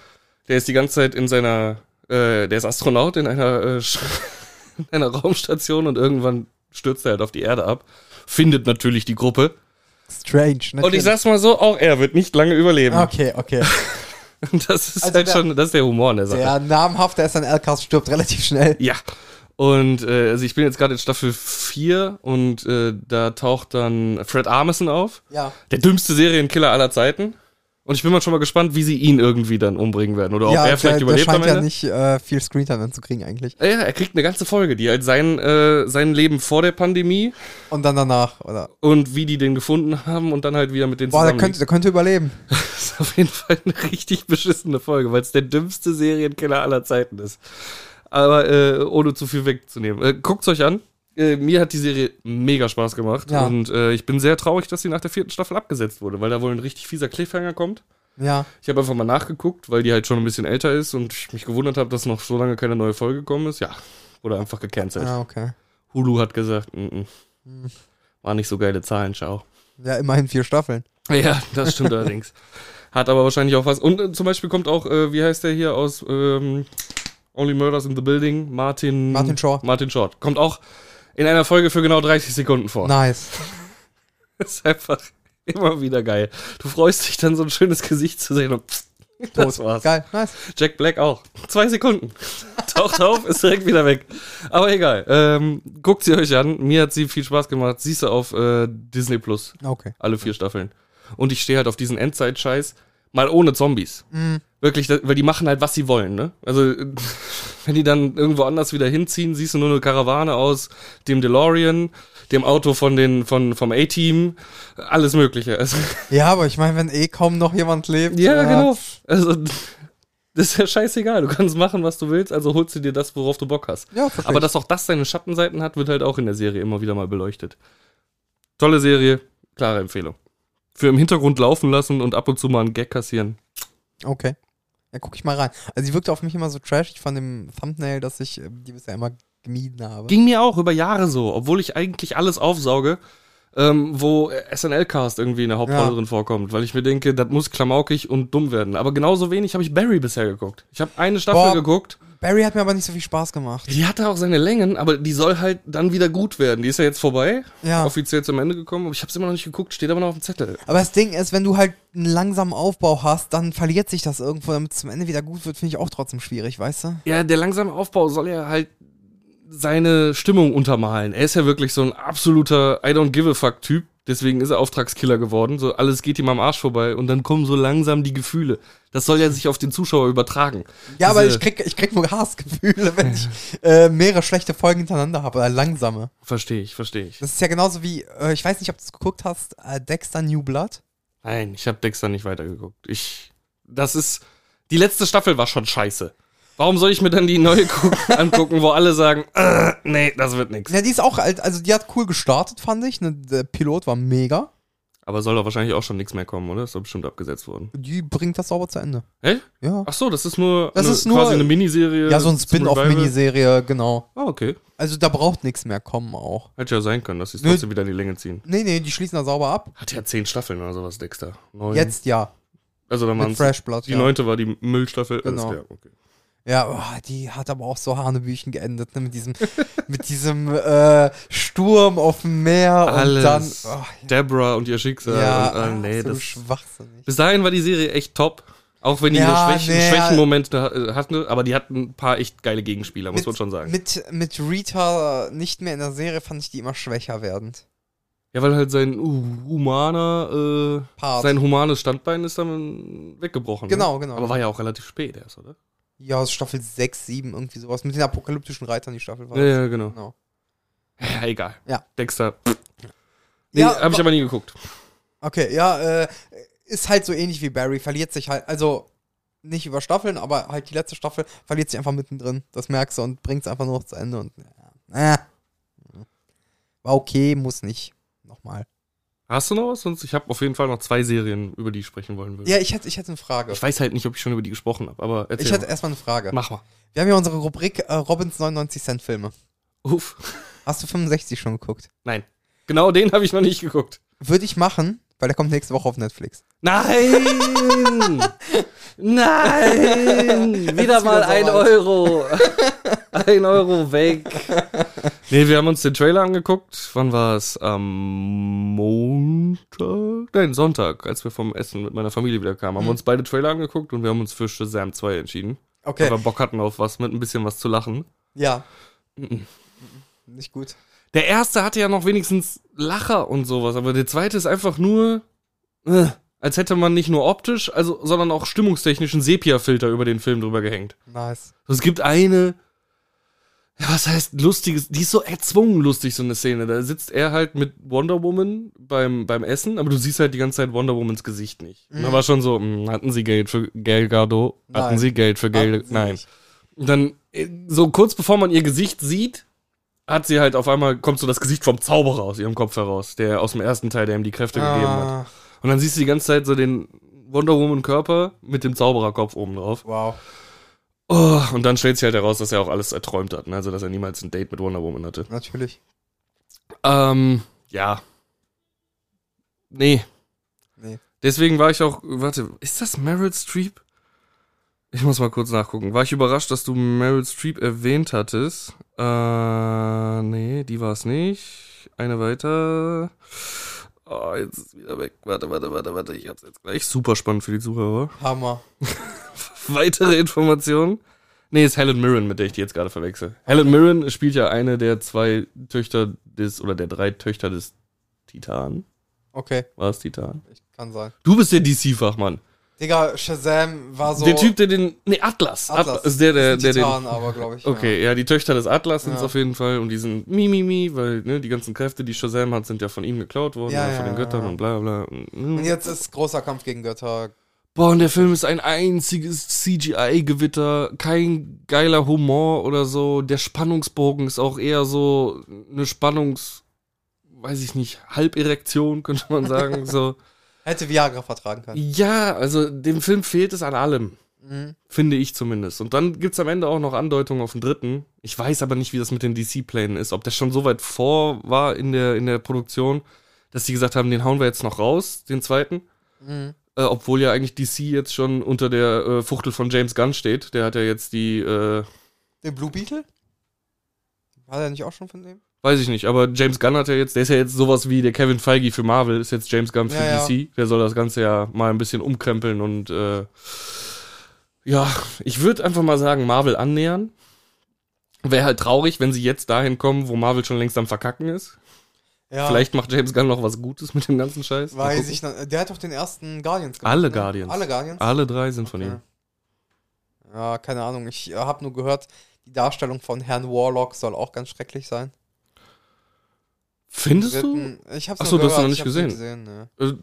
Der ist die ganze Zeit in seiner, äh, der ist Astronaut in einer, äh, Sch- in einer Raumstation und irgendwann stürzt er halt auf die Erde ab. Findet natürlich die Gruppe. strange. Und ich sag's mal so, auch er wird nicht lange überleben. Okay, okay. Das ist Ah. Also halt der- schon, das ist der Humor in der Sache. Der namhafte SNL-Cast stirbt relativ schnell. Ja. Und äh, also ich bin jetzt gerade in Staffel 4 und äh, da taucht dann Fred Armisen auf. Ja. Der dümmste Serienkiller aller Zeiten. Und ich bin mal schon mal gespannt, wie sie ihn irgendwie dann umbringen werden. Oder ob ja, er vielleicht der, der überlebt am scheint Ende. ja nicht äh, viel Screentime dann zu kriegen eigentlich. Ja, ja, er kriegt eine ganze Folge, die halt sein, äh, sein Leben vor der Pandemie Und dann danach, oder? und wie die den gefunden haben und dann halt wieder mit den Boah, der zusammen. könnte, der könnte überleben. Das ist auf jeden Fall eine richtig beschissene Folge, weil es der dümmste Serienkiller aller Zeiten ist. Aber äh, ohne zu viel wegzunehmen. Äh, Guckt euch an. Äh, mir hat die Serie mega Spaß gemacht. Ja. Und äh, ich bin sehr traurig, dass sie nach der vierten Staffel abgesetzt wurde, weil da wohl ein richtig fieser Cliffhanger kommt. Ja. Ich habe einfach mal nachgeguckt, weil die halt schon ein bisschen älter ist und ich mich gewundert habe, dass noch so lange keine neue Folge gekommen ist. Ja, wurde einfach gecancelt. Ah, okay. Hulu hat gesagt, mm -mm. war nicht so geile Zahlenschau. Ja, immerhin vier Staffeln. Ja, das stimmt allerdings. Hat aber wahrscheinlich auch was. Und äh, zum Beispiel kommt auch, äh, wie heißt der hier aus ähm, Only Murders in the Building? Martin. Martin Short. Martin Short. Kommt auch in einer Folge für genau 30 Sekunden vor. Nice. Ist einfach immer wieder geil. Du freust dich dann so ein schönes Gesicht zu sehen und das war's. Geil, nice. Jack Black auch. Zwei Sekunden. Taucht auf, ist direkt wieder weg. Aber egal. Ähm, guckt sie euch an. Mir hat sie viel Spaß gemacht. Siehst du auf äh, Disney Plus. Okay. Alle vier Staffeln. Und ich stehe halt auf diesen Endzeit-Scheiß, mal ohne Zombies. Wirklich, da- weil die machen halt, was sie wollen, ne? Also, äh, wenn die dann irgendwo anders wieder hinziehen, siehst du nur eine Karawane aus dem DeLorean, dem Auto von den, von, vom A-Team, alles Mögliche. Also, Ja, aber ich meine, wenn eh kaum noch jemand lebt. ja, äh, genau. Also, das ist ja scheißegal. Du kannst machen, was du willst, also holst du dir das, worauf du Bock hast. Ja, verstehe. Aber dass auch das seine Schattenseiten hat, wird halt auch in der Serie immer wieder mal beleuchtet. Tolle Serie, klare Empfehlung. Für im Hintergrund laufen lassen und ab und zu mal einen Gag kassieren. Okay. Ja, guck ich mal rein. Also die wirkte auf mich immer so trashig von dem Thumbnail, dass ich äh, die bisher immer gemieden habe. Ging mir auch über Jahre so, obwohl ich eigentlich alles aufsauge, ähm, wo SNL-Cast irgendwie in der Hauptrolle Ja. drin vorkommt, weil ich mir denke, das muss klamaukig und dumm werden. Aber genauso wenig habe ich Barry bisher geguckt. Ich habe eine Staffel Boah. geguckt. Barry hat mir aber nicht so viel Spaß gemacht. Die hatte auch seine Längen, aber die soll halt dann wieder gut werden. Die ist ja jetzt vorbei, Ja. offiziell zum Ende gekommen. Aber ich habe es immer noch nicht geguckt, steht aber noch auf dem Zettel. Aber das Ding ist, wenn du halt einen langsamen Aufbau hast, dann verliert sich das irgendwo, damit es zum Ende wieder gut wird, finde ich auch trotzdem schwierig, weißt du? Ja, der langsame Aufbau soll ja halt seine Stimmung untermalen. Er ist ja wirklich so ein absoluter I don't give a fuck Typ. Deswegen ist er Auftragskiller geworden. So alles geht ihm am Arsch vorbei und dann kommen so langsam die Gefühle. Das soll ja sich auf den Zuschauer übertragen. Ja, aber Diese- ich krieg, ich krieg nur Hassgefühle, wenn ich äh, mehrere schlechte Folgen hintereinander habe, oder langsame. Verstehe ich, verstehe ich. Das ist ja genauso wie, äh, ich weiß nicht, ob du es geguckt hast, äh, Dexter New Blood. Nein, ich habe Dexter nicht weitergeguckt. Ich, das ist, die letzte Staffel war schon scheiße. Warum soll ich mir dann die neue gu- angucken, wo alle sagen, äh, nee, das wird nix. Ja, die ist auch alt, also die hat cool gestartet, fand ich. Ne, der Pilot war mega. Aber soll doch wahrscheinlich auch schon nichts mehr kommen, oder? Ist doch bestimmt abgesetzt worden. Die bringt das sauber zu Ende. Echt? Ja. Ach äh, so, das ist nur, Das eine, ist nur- quasi eine Miniserie. Ja, so ein zum Revival. Spin-off-Miniserie, genau. Ah, okay. Also da braucht nichts mehr kommen auch. Hätte ja sein können, dass sie es Nö. trotzdem wieder in die Länge ziehen. Nee, nee, die schließen da sauber ab. Hat ja zehn Staffeln oder sowas, Dexter. Neun. Jetzt ja. Also dann waren Mit es. Fresh Blood. Die ja. neunte war die Müllstaffel. Alles Genau. klar, okay. Ja, oh, die hat aber auch so Hanebüchen geendet, ne? Mit diesem, mit diesem äh, Sturm auf dem Meer Alles. und dann. Deborah und ihr Oh, Schicksal. ja, und, ah, nee, so das, schwachsinnig. bis dahin war die Serie echt top. Auch wenn die Ja, ihre Schwächen, nee, Schwächenmomente ha- hatte, aber die hatten ein paar echt geile Gegenspieler, muss Mit- man schon sagen. Mit, mit Rita nicht mehr in der Serie fand ich die immer schwächer werdend. Ja, weil halt sein uh, humaner, äh, Part. sein humanes Standbein ist dann weggebrochen. Genau, Ne? genau. Aber war ja auch relativ spät erst, oder? ja, aus Staffel 6, 7, irgendwie sowas. Mit den apokalyptischen Reitern die Staffel war. Ja, ja, genau. Genau. Ja, egal. Ja. Dexter. Nee, Ja, hab ich aber nie geguckt. Okay, ja, äh, ist halt so ähnlich wie Barry, verliert sich halt, also nicht über Staffeln, aber halt die letzte Staffel verliert sich einfach mittendrin. Das merkst du und bringt es einfach nur noch zu Ende und ja, äh, war okay, muss nicht. Nochmal. Hast du noch was? Sonst, ich habe auf jeden Fall noch zwei Serien, über die ich sprechen wollen würde. Ja, ich hätte, ich hätte eine Frage. Ich weiß halt nicht, ob ich schon über die gesprochen habe, aber erzähl Ich hätte mal. erstmal eine Frage. Mach mal. Wir haben ja unsere Rubrik äh, Robins 99 Cent Filme. Uff. Hast du 65 schon geguckt? Nein. Genau den habe ich noch nicht geguckt. Würde ich machen, weil der kommt nächste Woche auf Netflix. Nein! Nein! Wieder ist mal wieder ein soweit. Euro. Ein Euro weg. Nee, wir haben uns den Trailer angeguckt. Wann war es? Am Montag? Nein, Sonntag, als wir vom Essen mit meiner Familie wieder kamen. Haben wir uns beide Trailer angeguckt und wir haben uns für Shazam 2 entschieden. Okay. Weil wir Bock hatten auf was mit ein bisschen was zu lachen. ja. Nicht gut. Der erste hatte ja noch wenigstens Lacher und sowas, aber der zweite ist einfach nur, äh, als hätte man nicht nur optisch, also, sondern auch stimmungstechnischen Sepia-Filter über den Film drüber gehängt. Nice. So, Es gibt eine, ja, was heißt lustiges, die ist so erzwungen lustig, so eine Szene. Da sitzt er halt mit Wonder Woman beim, beim Essen, aber du siehst halt die ganze Zeit Wonder Womans Gesicht nicht. Und da war schon so, hm, hatten sie Geld für Gal Gadot? Hatten Mhm. Nein. sie Geld für Gal, Hatten sie nein. nicht. Und dann, äh, so kurz bevor man ihr Gesicht sieht, hat sie halt auf einmal, kommt so das Gesicht vom Zauberer aus ihrem Kopf heraus, der aus dem ersten Teil, der ihm die Kräfte gegeben hat. Ah, Und dann siehst du die ganze Zeit so den Wonder Woman Körper mit dem Zaubererkopf oben drauf. wow. Oh, und dann stellt sich halt heraus, dass er auch alles erträumt hat, ne? also dass er niemals ein Date mit Wonder Woman hatte. Natürlich. Ähm, ja. Nee. Nee. Deswegen war ich auch, warte, ist das Meryl Streep? Ich muss mal kurz nachgucken. War ich überrascht, dass du Meryl Streep erwähnt hattest? Äh, nee, die war es nicht. Eine weiter. Oh, jetzt ist wieder weg. Warte, warte, warte, warte. Ich hab's jetzt gleich. Super spannend für die Zuhörer. Hammer. Weitere Informationen? Nee, ist Helen Mirren, mit der ich die jetzt gerade verwechsel. Helen Mirren spielt ja eine der zwei Töchter des, oder der drei Töchter des Titan. Okay, War es Titan? ich kann sein. Du bist der DC-Fachmann. Digga, Shazam war so. der Typ, der den. Nee, Atlas. Atlas. Atlas. ist der, der, Ist der ein den. Titan, aber glaube ich. Okay, ja, die Töchter des Atlas sind es Ja. auf jeden Fall und die sind mi, mi, mi, weil ne, die ganzen Kräfte, die Shazam hat, sind ja von ihm geklaut worden, Ja, oder von ja, den Göttern ja. und bla bla. Und, mm. Ja. Und jetzt ist großer Kampf gegen Götter. Boah, und der Film ist ein einziges CGI-Gewitter, kein geiler Humor oder so. Der Spannungsbogen ist auch eher so eine Spannungs, weiß ich nicht, Halberektion, könnte man sagen. so. Hätte Viagra vertragen können. Ja, also dem Film fehlt es an allem. Mhm. Finde ich zumindest. Und dann gibt's am Ende auch noch Andeutungen auf den dritten. Ich weiß aber nicht, wie das mit den DC-Plänen ist. Ob das schon so weit vor war in der, in der Produktion, dass die gesagt haben, den hauen wir jetzt noch raus, den zweiten. Mhm. Äh, obwohl ja eigentlich DC jetzt schon unter der äh, Fuchtel von James Gunn steht. Der hat ja jetzt die, äh, Den Blue Beetle? War der nicht auch schon von dem? weiß ich nicht, aber James Gunn hat ja jetzt, der ist ja jetzt sowas wie der Kevin Feige für Marvel, ist jetzt James Gunn für Ja, ja. DC. Der soll das Ganze ja mal ein bisschen umkrempeln und äh, ja, ich würde einfach mal sagen, Marvel annähern. Wäre halt traurig, wenn sie jetzt dahin kommen, wo Marvel schon längst am Verkacken ist. Ja. Vielleicht macht James Gunn noch was Gutes mit dem ganzen Scheiß. Mal Weiß gucken. ich noch. Der hat doch den ersten Guardians gemacht. Alle ne? Guardians. Ah, Alle Guardians? Alle drei sind von Okay. ihm. Ja, keine Ahnung. Ich äh, habe nur gehört, die Darstellung von Herrn Warlock soll auch ganz schrecklich sein. Findest du? Dritten- Ich hab's Ach nur so, du hast gehört, ihn noch ich nicht hab's gesehen. ne. Also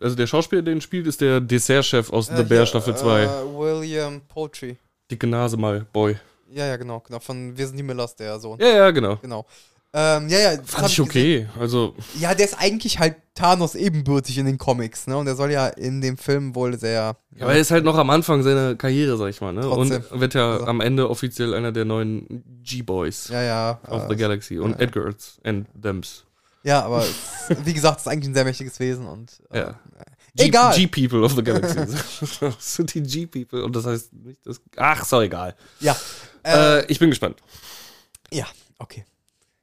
also der Schauspieler, der ihn spielt, ist der Dessertchef aus Äh, The Bear hier, Staffel 2. Äh, William Poultry. Dicke Nase mal, Boy. Ja, ja, genau, genau. Von Wir sind die Millers, der Sohn. Ja, ja, genau. Genau. Ähm, ja, ja. das hab Fand ich okay. Also, gesehen. Ja, der ist eigentlich halt Thanos ebenbürtig in den Comics, ne? Und er soll ja in dem Film wohl sehr. Ja, aber er ist halt noch am Anfang seiner Karriere, sag ich mal, ne? Trotzdem. Und wird ja Also. am Ende offiziell einer der neuen G-Boys ja, ja. of äh, the Galaxy und ja. Edgards and Thems. ja, aber es, wie gesagt, es ist eigentlich ein sehr mächtiges Wesen und äh, Ja. G- egal. G-People of the Galaxy. das sind die G-People. Und das heißt nicht das. Ach, so egal. ja. Äh, Äh, ich bin gespannt. Äh, ja, okay.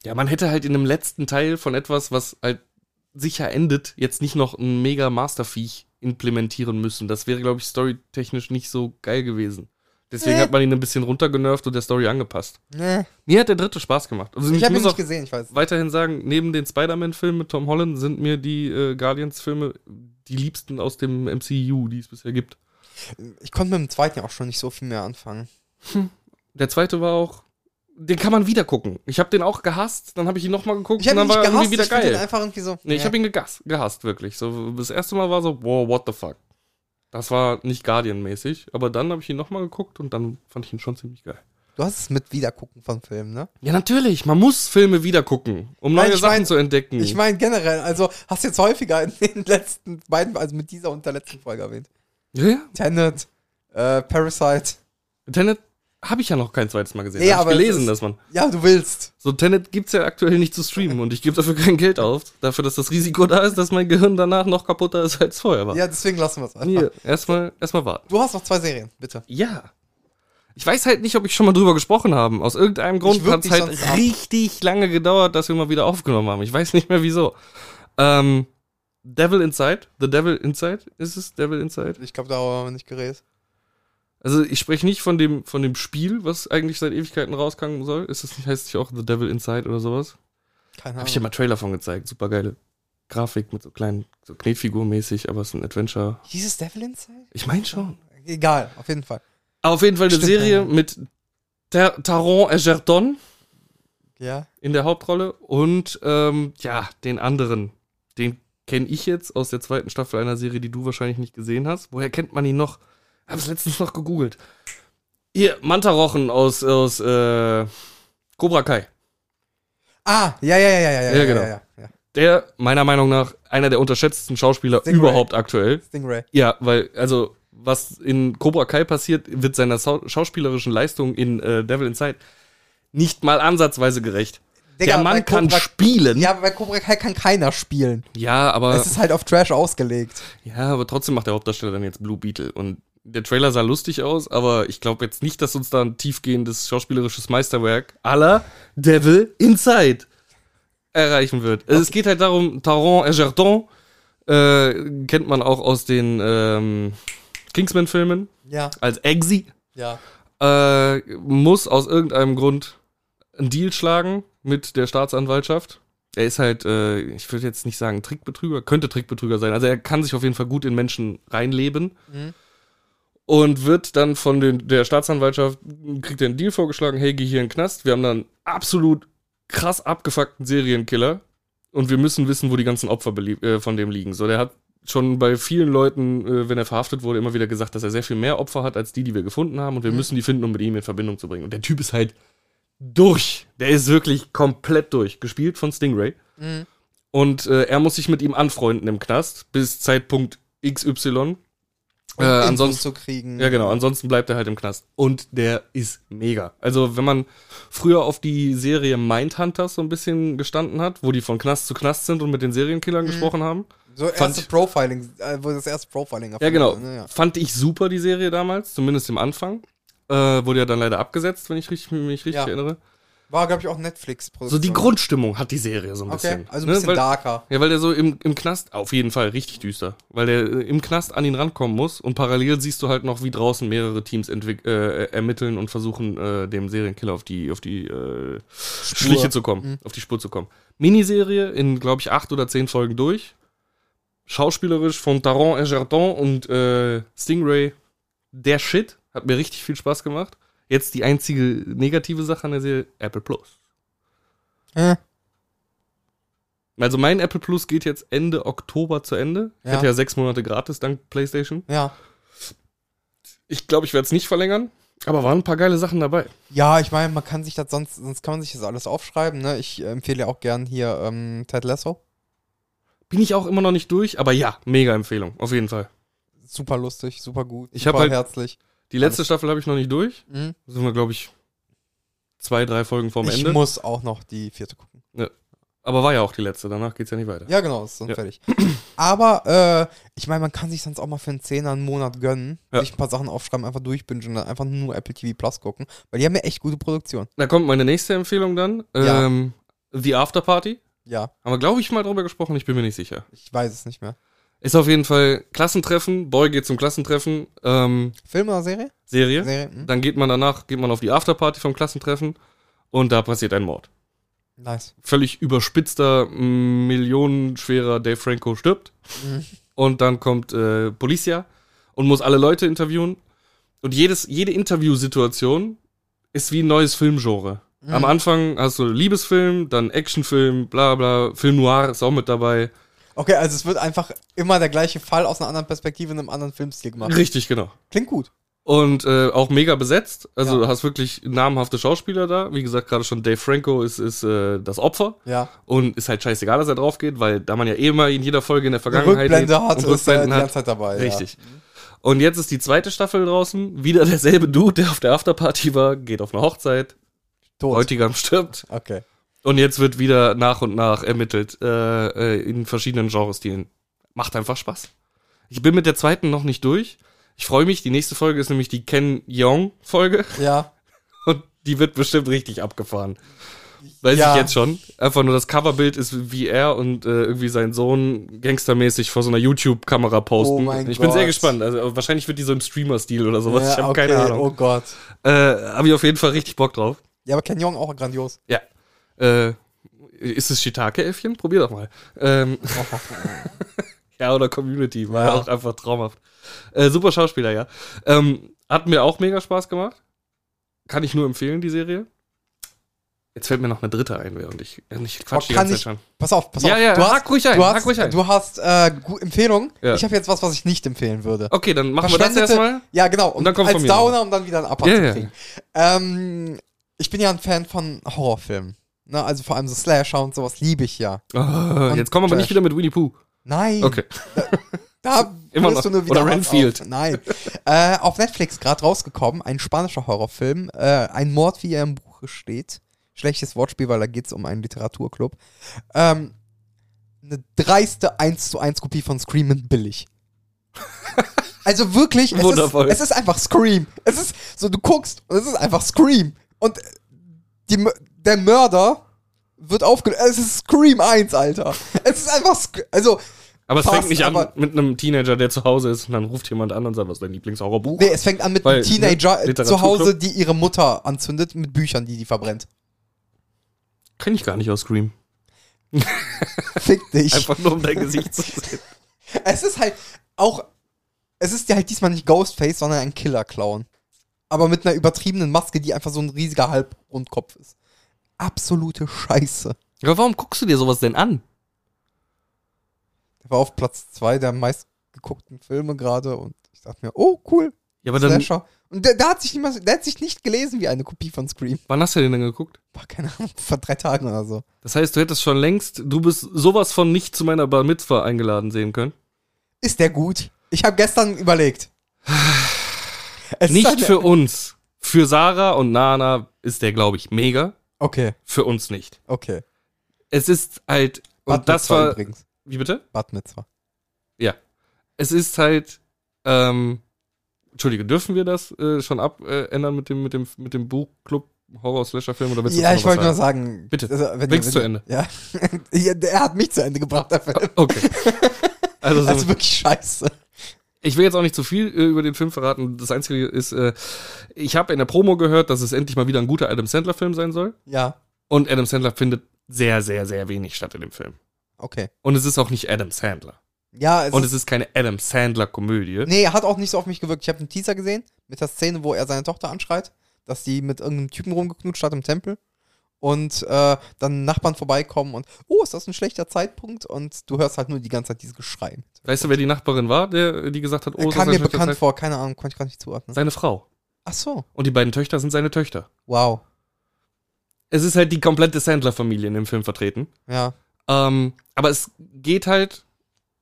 Ja, man hätte halt in dem letzten Teil von etwas, was halt sicher endet, jetzt nicht noch ein mega Masterviech implementieren müssen. Das wäre, glaube ich, storytechnisch nicht so geil gewesen. Deswegen Nee. hat man ihn ein bisschen runtergenervt und der Story angepasst. Nee. Mir hat der dritte Spaß gemacht. Also Ich habe ihn muss nicht auch gesehen, ich weiß. weiterhin sagen, neben den Spider-Man-Filmen mit Tom Holland sind mir die äh, Guardians-Filme die liebsten aus dem MCU, die es bisher gibt. Ich konnte mit dem zweiten ja auch schon nicht so viel mehr anfangen. Der zweite war auch. Den kann man wieder gucken. Ich habe den auch gehasst, dann habe ich ihn nochmal geguckt Ich habe ihn und nicht dann war er gehasst, irgendwie ich wieder fand ihn geil. einfach irgendwie so. Nee, ich habe ihn gegas gehasst, wirklich. So, das erste Mal war so, wow, what the fuck. Das war nicht Guardian-mäßig, aber dann habe ich ihn nochmal geguckt und dann fand ich ihn schon ziemlich geil. Du hast es mit Wiedergucken von Filmen, ne? Ja, natürlich, man muss Filme wieder gucken, um Nein, neue ich Sachen mein- zu entdecken. Ich meine generell, also hast du jetzt häufiger in den letzten beiden, also mit dieser und der letzten Folge erwähnt. ja, ja. Tenet, äh, Parasite. Tenet habe ich ja noch kein zweites Mal gesehen. Nee, Ja, hab aber ich es gelesen, ist- dass man. Ja, du willst. So, Tenet gibt's ja aktuell nicht zu streamen und ich gebe dafür kein Geld auf, dafür, dass das Risiko da ist, dass mein Gehirn danach noch kaputter ist, als es vorher war. Ja, deswegen lassen wir es einfach. Hier, erstmal erstmal warten. Du hast noch zwei Serien, bitte. Ja. Ich weiß halt nicht, ob ich schon mal drüber gesprochen habe. Aus irgendeinem Grund würg hat es dich halt sonst ab. richtig lange gedauert, dass wir mal wieder aufgenommen haben. Ich weiß nicht mehr wieso. Ähm, Devil Inside, The Devil Inside ist es, Devil Inside. Ich glaube, darüber haben wir nicht geredet. Also ich spreche nicht von dem von dem Spiel, was eigentlich seit Ewigkeiten rauskommen soll. Ist es nicht heißt es nicht auch The Devil Inside oder sowas? Keine Habe ich dir Ahnung. mal Trailer von gezeigt. Super geile Grafik mit so kleinen so Knetfigurmäßig, aber es ist ein Adventure. Hieß es Devil Inside? Ich meine schon. Egal, auf jeden Fall. Auf jeden Fall eine Stimmt, Serie ja. mit Ter Taron Egerton Ja. in der Hauptrolle und ähm, ja, den anderen. Den kenne ich jetzt aus der zweiten Staffel einer Serie, die du wahrscheinlich nicht gesehen hast. Woher kennt man ihn noch? Habe es letztens noch gegoogelt. Ihr Mantarochen aus, aus äh, Cobra Kai. Ah, ja, ja, ja, ja, ja, ja, Ja, genau. ja, ja, ja. Der, meiner Meinung nach, einer der unterschätzten Schauspieler Stingray. überhaupt aktuell. Stingray. Ja, weil, also, was in Cobra Kai passiert, wird seiner Sau- schauspielerischen Leistung in äh, Devil Inside nicht mal ansatzweise gerecht. Digga, der bei Mann kann Cobra- spielen. Ja, aber bei Cobra Kai kann keiner spielen. Ja, aber, Es ist halt auf Trash ausgelegt. ja, aber trotzdem macht der Hauptdarsteller dann jetzt Blue Beetle. Und der Trailer sah lustig aus, aber ich glaube jetzt nicht, dass uns da ein tiefgehendes schauspielerisches Meisterwerk aller Devil Inside erreichen wird. Es geht halt darum, Taron Egerton äh, kennt man auch aus den ähm, Kingsman-Filmen Ja, als Eggsy. ja. äh, muss aus irgendeinem Grund einen Deal schlagen mit der Staatsanwaltschaft. Er ist halt, äh, ich würde jetzt nicht sagen Trickbetrüger, könnte Trickbetrüger sein. Also er kann sich auf jeden Fall gut in Menschen reinleben Mhm. und wird dann von den, der Staatsanwaltschaft, kriegt er einen Deal vorgeschlagen, hey, geh hier in den Knast. Wir haben dann absolut krass abgefuckten Serienkiller und wir müssen wissen, wo die ganzen Opfer belie- äh, von dem liegen. So, der hat schon bei vielen Leuten, äh, wenn er verhaftet wurde, immer wieder gesagt, dass er sehr viel mehr Opfer hat als die, die wir gefunden haben und wir müssen die finden, um mit ihm in Verbindung zu bringen. Und der Typ ist halt durch. Der ist wirklich komplett durch. Gespielt von Stingray. Mhm. Und äh, er muss sich mit ihm anfreunden im Knast bis Zeitpunkt XY. Äh, Um Infos ansonsten zu kriegen. ja, genau. Ansonsten bleibt er halt im Knast. Und der ist mega. Also, wenn man früher auf die Serie Mindhunters so ein bisschen gestanden hat, wo die von Knast zu Knast sind und mit den Serienkillern gesprochen haben. So Fand erste ich- Profiling, äh, wo das erste Profiling Ja, erfunden genau. wurde, ne, ja. Fand ich super, die Serie damals, zumindest im Anfang. Äh, wurde ja dann leider abgesetzt, wenn ich richtig, mich richtig Ja. erinnere. War, glaube ich, auch Netflix-Produktion. So die Grundstimmung hat die Serie so ein Okay, bisschen. ne? also ein bisschen Weil, darker. Ja, weil der so im, im Knast, auf jeden Fall richtig düster, weil der äh, im Knast an ihn rankommen muss und parallel siehst du halt noch, wie draußen mehrere Teams entwick- äh, ermitteln und versuchen, äh, dem Serienkiller auf die, auf die äh, Schliche zu kommen, auf die Spur zu kommen. Miniserie in, glaube ich, acht oder zehn Folgen durch. Schauspielerisch von Taron Egerton und äh, Stingray, der Shit, hat mir richtig viel Spaß gemacht. Jetzt die einzige negative Sache an der Serie, Apple Plus. Äh, Also mein Apple Plus geht jetzt Ende Oktober zu Ende. Ich Ja. hatte ja sechs Monate gratis dank PlayStation. ja. Ich glaube, ich werde es nicht verlängern, aber waren ein paar geile Sachen dabei. Ja, ich meine, man kann sich das sonst, sonst kann man sich das alles aufschreiben. Ne? Ich äh, empfehle ja auch gern hier ähm, Ted Lasso. Bin ich auch immer noch nicht durch, aber ja, mega Empfehlung, auf jeden Fall. Super lustig, super gut, Ich hab super halt- herzlich. Die letzte Staffel habe ich noch nicht durch. Mhm. Da sind wir, glaube ich, zwei, drei Folgen vorm Ich Ende. muss auch noch die vierte gucken. aber war ja auch die letzte, danach geht's ja nicht weiter. Ja, genau, ist dann Ja. fertig. Aber äh, ich meine, man kann sich sonst auch mal für einen Zehner einen Monat gönnen, Ja. sich ein paar Sachen aufschreiben, einfach durchbingen und dann einfach nur Apple TV Plus gucken, weil die haben ja echt gute Produktion. Da kommt meine nächste Empfehlung dann. Ja. Ähm, The After Party. Ja, Haben wir, glaube ich, mal drüber gesprochen, ich bin mir nicht sicher. ich weiß es nicht mehr. Ist auf jeden Fall Klassentreffen, Boy geht zum Klassentreffen, ähm, Film oder Serie? Serie. Serie? Hm? Mhm. Dann geht man danach, geht man auf die Afterparty vom Klassentreffen und da passiert ein Mord. Nice. Völlig überspitzter, m, millionenschwerer Dave Franco stirbt. Mhm. Und dann kommt äh, Policia und muss alle Leute interviewen. Und jedes, jede Interviewsituation ist wie ein neues Filmgenre. Mhm. Am Anfang hast du Liebesfilm, dann Actionfilm, bla bla, Film Noir ist auch mit dabei. Okay, also es wird einfach immer der gleiche Fall aus einer anderen Perspektive in einem anderen Filmstil gemacht. Richtig, genau. Klingt gut. Und äh, auch mega besetzt. Also Ja. du hast wirklich namhafte Schauspieler da. Wie gesagt, gerade schon Dave Franco ist, ist äh, das Opfer. Ja. Und ist halt scheißegal, dass er drauf geht, weil da man ja eh immer in jeder Folge in der Eine Vergangenheit Rückblende und hat, ist er die Rückblenden ganze hat. Zeit Mhm. dabei. Richtig. Und jetzt ist die zweite Staffel draußen. Wieder derselbe Dude, der auf der Afterparty war, geht auf eine Hochzeit. Ja. Tot. Bräutigam stirbt. Okay. Und jetzt wird wieder nach und nach ermittelt äh, äh, in verschiedenen Genrestilen. Macht einfach Spaß. Ich bin mit der zweiten noch nicht durch. Ich freue mich. Die nächste Folge ist nämlich die Ken Yeong-Folge. Ja. Und die wird bestimmt richtig abgefahren. Weiß Ja. ich jetzt schon. Einfach nur das Coverbild ist wie er und äh, irgendwie sein Sohn gangstermäßig vor so einer YouTube-Kamera posten. Oh mein ich bin sehr Gott. gespannt. Also wahrscheinlich wird die so im Streamer-Stil oder sowas. ja, ich habe okay. keine Ahnung. Oh Gott. Äh, habe ich auf jeden Fall richtig Bock drauf. Ja, aber Ken Jong auch grandios. Ja. Äh, ist es Shiitake-Äffchen? Probier doch mal. Ähm, ja, oder Community. War ja. Ja. auch einfach traumhaft. Äh, super Schauspieler, ja. Ähm, hat mir auch mega Spaß gemacht. Kann ich nur empfehlen, die Serie. Jetzt fällt mir noch eine dritte ein, während ich, während ich quatsch Oh, die kann ganze Zeit ich- schon. Pass auf, pass Ja, auf. ja, du hast, hack ruhig ein, du hack hast, ruhig ein. du hast äh, gu- Empfehlungen. Ja. Ich habe jetzt was, was ich nicht empfehlen würde. Okay, dann machen wir das erstmal. Ja, genau. Und, dann kommt als von mir Downer, um dann wieder einen Upper Ja, zu ja. kriegen. Ähm, ich bin ja ein Fan von Horrorfilmen. Ne? Also vor allem so Slasher und sowas liebe ich ja. Ah, jetzt kommen wir aber Trash. nicht wieder mit Winnie Pooh. Nein. Okay. Da Immer würdest noch. du nur wieder Oder was Renfield. Auf. Nein. äh, auf Netflix gerade rausgekommen, ein spanischer Horrorfilm. Äh, ein Mord, wie er im Buche steht. Schlechtes Wortspiel, weil da geht's um einen Literaturclub. Ähm, eine dreiste 1 zu 1 Kopie von Screamin' Billig. Also wirklich, es, ist, Wundervoll. es ist einfach Scream. Es ist so, du guckst und es ist einfach Scream. Und die, Mö- der Mörder wird aufgelöst. Es ist Scream 1, Alter. Es ist einfach, Sc- also Aber es Passt, fängt nicht an aber- mit einem Teenager, der zu Hause ist und dann ruft jemand an und sagt, was ist dein Lieblingshorrorbuch? Nee, es fängt an mit Weil, einem Teenager ne, äh, zu Hause, Literaturclub- die ihre Mutter anzündet mit Büchern, die die verbrennt. Kenn ich gar nicht aus Scream. Fick dich. Einfach nur um dein Gesicht zu sehen. Es ist halt auch, es ist ja halt diesmal nicht Ghostface, sondern ein Killer-Clown. Aber mit einer übertriebenen Maske, die einfach so ein riesiger Halbrundkopf ist. Absolute Scheiße. Aber warum guckst du dir sowas denn an? Der war auf Platz 2 der meistgeguckten Filme gerade und ich dachte mir, oh cool, Ja, aber dann, Slasher. Und der, der, hat sich niemals, der hat sich nicht gelesen wie eine Kopie von Scream. wann hast du den denn geguckt? Boah, keine Ahnung, vor drei Tagen oder so. Das heißt, du hättest schon längst, du bist sowas von nicht zu meiner Bar Mitzvah eingeladen sehen können. Ist der gut? Ich habe gestern überlegt. Es ist nicht eine- für uns. Für Sarah und Nana ist der, glaube ich, mega. Okay, Für uns nicht. okay. Es ist halt, und das Mitzvah war, übrigens. wie bitte? Bat Mitzvah. Es ist halt, ähm, Entschuldige, dürfen wir das äh, schon abändern äh, ändern mit dem, mit dem, mit dem Buchclub Horror-Slasher-Film oder willst du Ja, noch ich was wollte nur sagen? sagen. Bitte, also, wenn bring's wenn zu Ende. Ja. ja. Er hat mich zu Ende gebracht, der Film. Okay. Also, Das so, ist wirklich scheiße. Ich will jetzt auch nicht zu viel äh, über den Film verraten. Das Einzige ist, äh, ich habe in der Promo gehört, dass es endlich mal wieder ein guter Adam Sandler-Film sein soll. Ja, Und Adam Sandler findet sehr, sehr, sehr wenig statt in dem Film. okay. Und es ist auch nicht Adam Sandler. Ja, es Und ist, es ist keine Adam Sandler-Komödie. nee, er hat auch nicht so auf mich gewirkt. Ich habe einen Teaser gesehen mit der Szene, wo er seine Tochter anschreit, dass die mit irgendeinem Typen rumgeknutscht hat im Tempel. Und äh, dann Nachbarn vorbeikommen und, oh, ist das ein schlechter Zeitpunkt? Und du hörst halt nur die ganze Zeit dieses Geschrei. Weißt du, wer die Nachbarin war, der, die gesagt hat, oh, Er das ist kam ein mir schlechter bekannt Zeit? vor, keine Ahnung, konnte ich gar nicht zuordnen. Seine Frau. Ach so, Und die beiden Töchter sind seine Töchter. wow. Es ist halt die komplette Sandler-Familie in dem Film vertreten. Ja, Ähm, aber es geht halt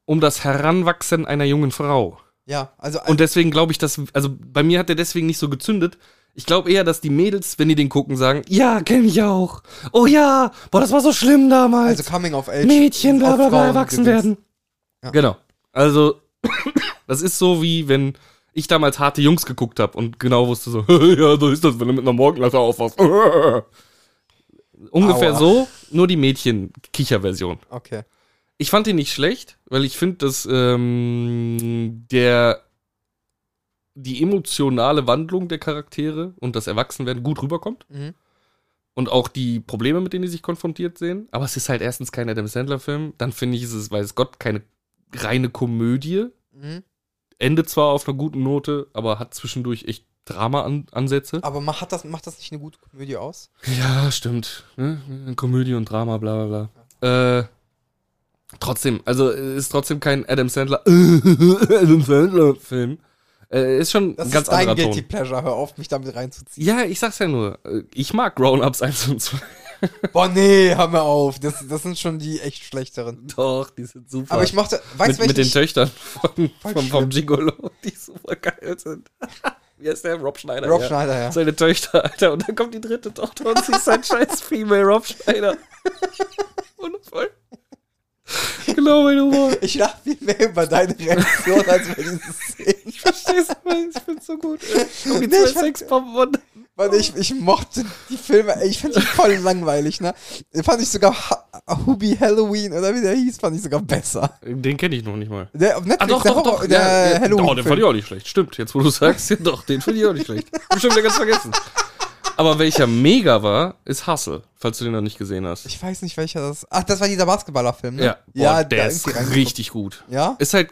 um das Heranwachsen einer jungen Frau. Ja, also Und deswegen glaube ich, dass, also bei mir hat der deswegen nicht so gezündet. Ich glaube eher, dass die Mädels, wenn die den gucken, sagen, ja, kenne ich auch. Oh ja, boah, das war so schlimm damals. also Coming of Age. Mädchen, bla auf bla bla, Frauen erwachsen gewesen. werden. Ja. Genau. Also, das ist so wie wenn ich damals harte Jungs geguckt habe und genau wusste so, ja, so ist das, wenn du mit einer Morgenlatte aufwachst. Ungefähr Aua. so, nur die Mädchen-Kicher-Version. Okay. Ich fand ihn nicht schlecht, weil ich finde, dass ähm, der die emotionale Wandlung der Charaktere und das Erwachsenwerden gut rüberkommt Mhm. und auch die Probleme, mit denen die sich konfrontiert sehen. Aber es ist halt erstens kein Adam Sandler-Film, dann finde ich, ist es, weiß Gott, keine reine Komödie. Mhm. Endet zwar auf einer guten Note, aber hat zwischendurch echt Drama-Ansätze. Aber ma- hat das, macht das nicht eine gute Komödie aus? Ja, stimmt. Ne? Komödie und Drama, bla bla bla. Äh, trotzdem, also äh, ist trotzdem kein Adam Sandler Adam Sandler Film. Äh, ist schon Das ein ganz ist dein anderer Guilty Ton. Pleasure. Hör auf, mich damit reinzuziehen. Ja, ich sag's ja nur. äh, Ich mag Grown-Ups 1 und 2. Boah, nee, hör mir auf. Das, das sind schon die echt schlechteren. Doch, die sind super. Aber ich mochte, mit, weißt du, mit den welchen Töchtern von, Voll von, vom Gigolo, die super geil sind. Wie heißt der? Rob Schneider. Rob ja. Schneider, ja. Seine Töchter, Alter. Und dann kommt die dritte Tochter und sie ist ein scheiß Female Rob Schneider. Wundervoll. Genau mein Humor. Ich lache viel mehr über deine Reaktion als über diese Szene. Ich versteh's nicht. Ich find's so gut. Ich hab die Nee, zwei ich fand- Sexbomben und Weil ich, ich mochte die Filme, ey, ich fand die voll langweilig, ne? Fand ich sogar ha Hubie Halloween oder wie der hieß, fand ich sogar besser. Den kenne ich noch nicht mal. Der auf Netflix, Ah, doch, der doch, Horror- doch. der ja, ja. Halloween. Oh, den fand ich auch nicht schlecht. Stimmt, jetzt wo du sagst, ja, doch, den fand ich auch nicht schlecht. Bestimmt wieder ganz vergessen. Aber welcher mega war, ist Hustle, falls du den noch nicht gesehen hast. Ich weiß nicht, welcher das Ach, das war dieser Basketballerfilm, ne? Ja, boah, ja der da ist irgendwie reingeguckt. richtig gut. Ja? Ist halt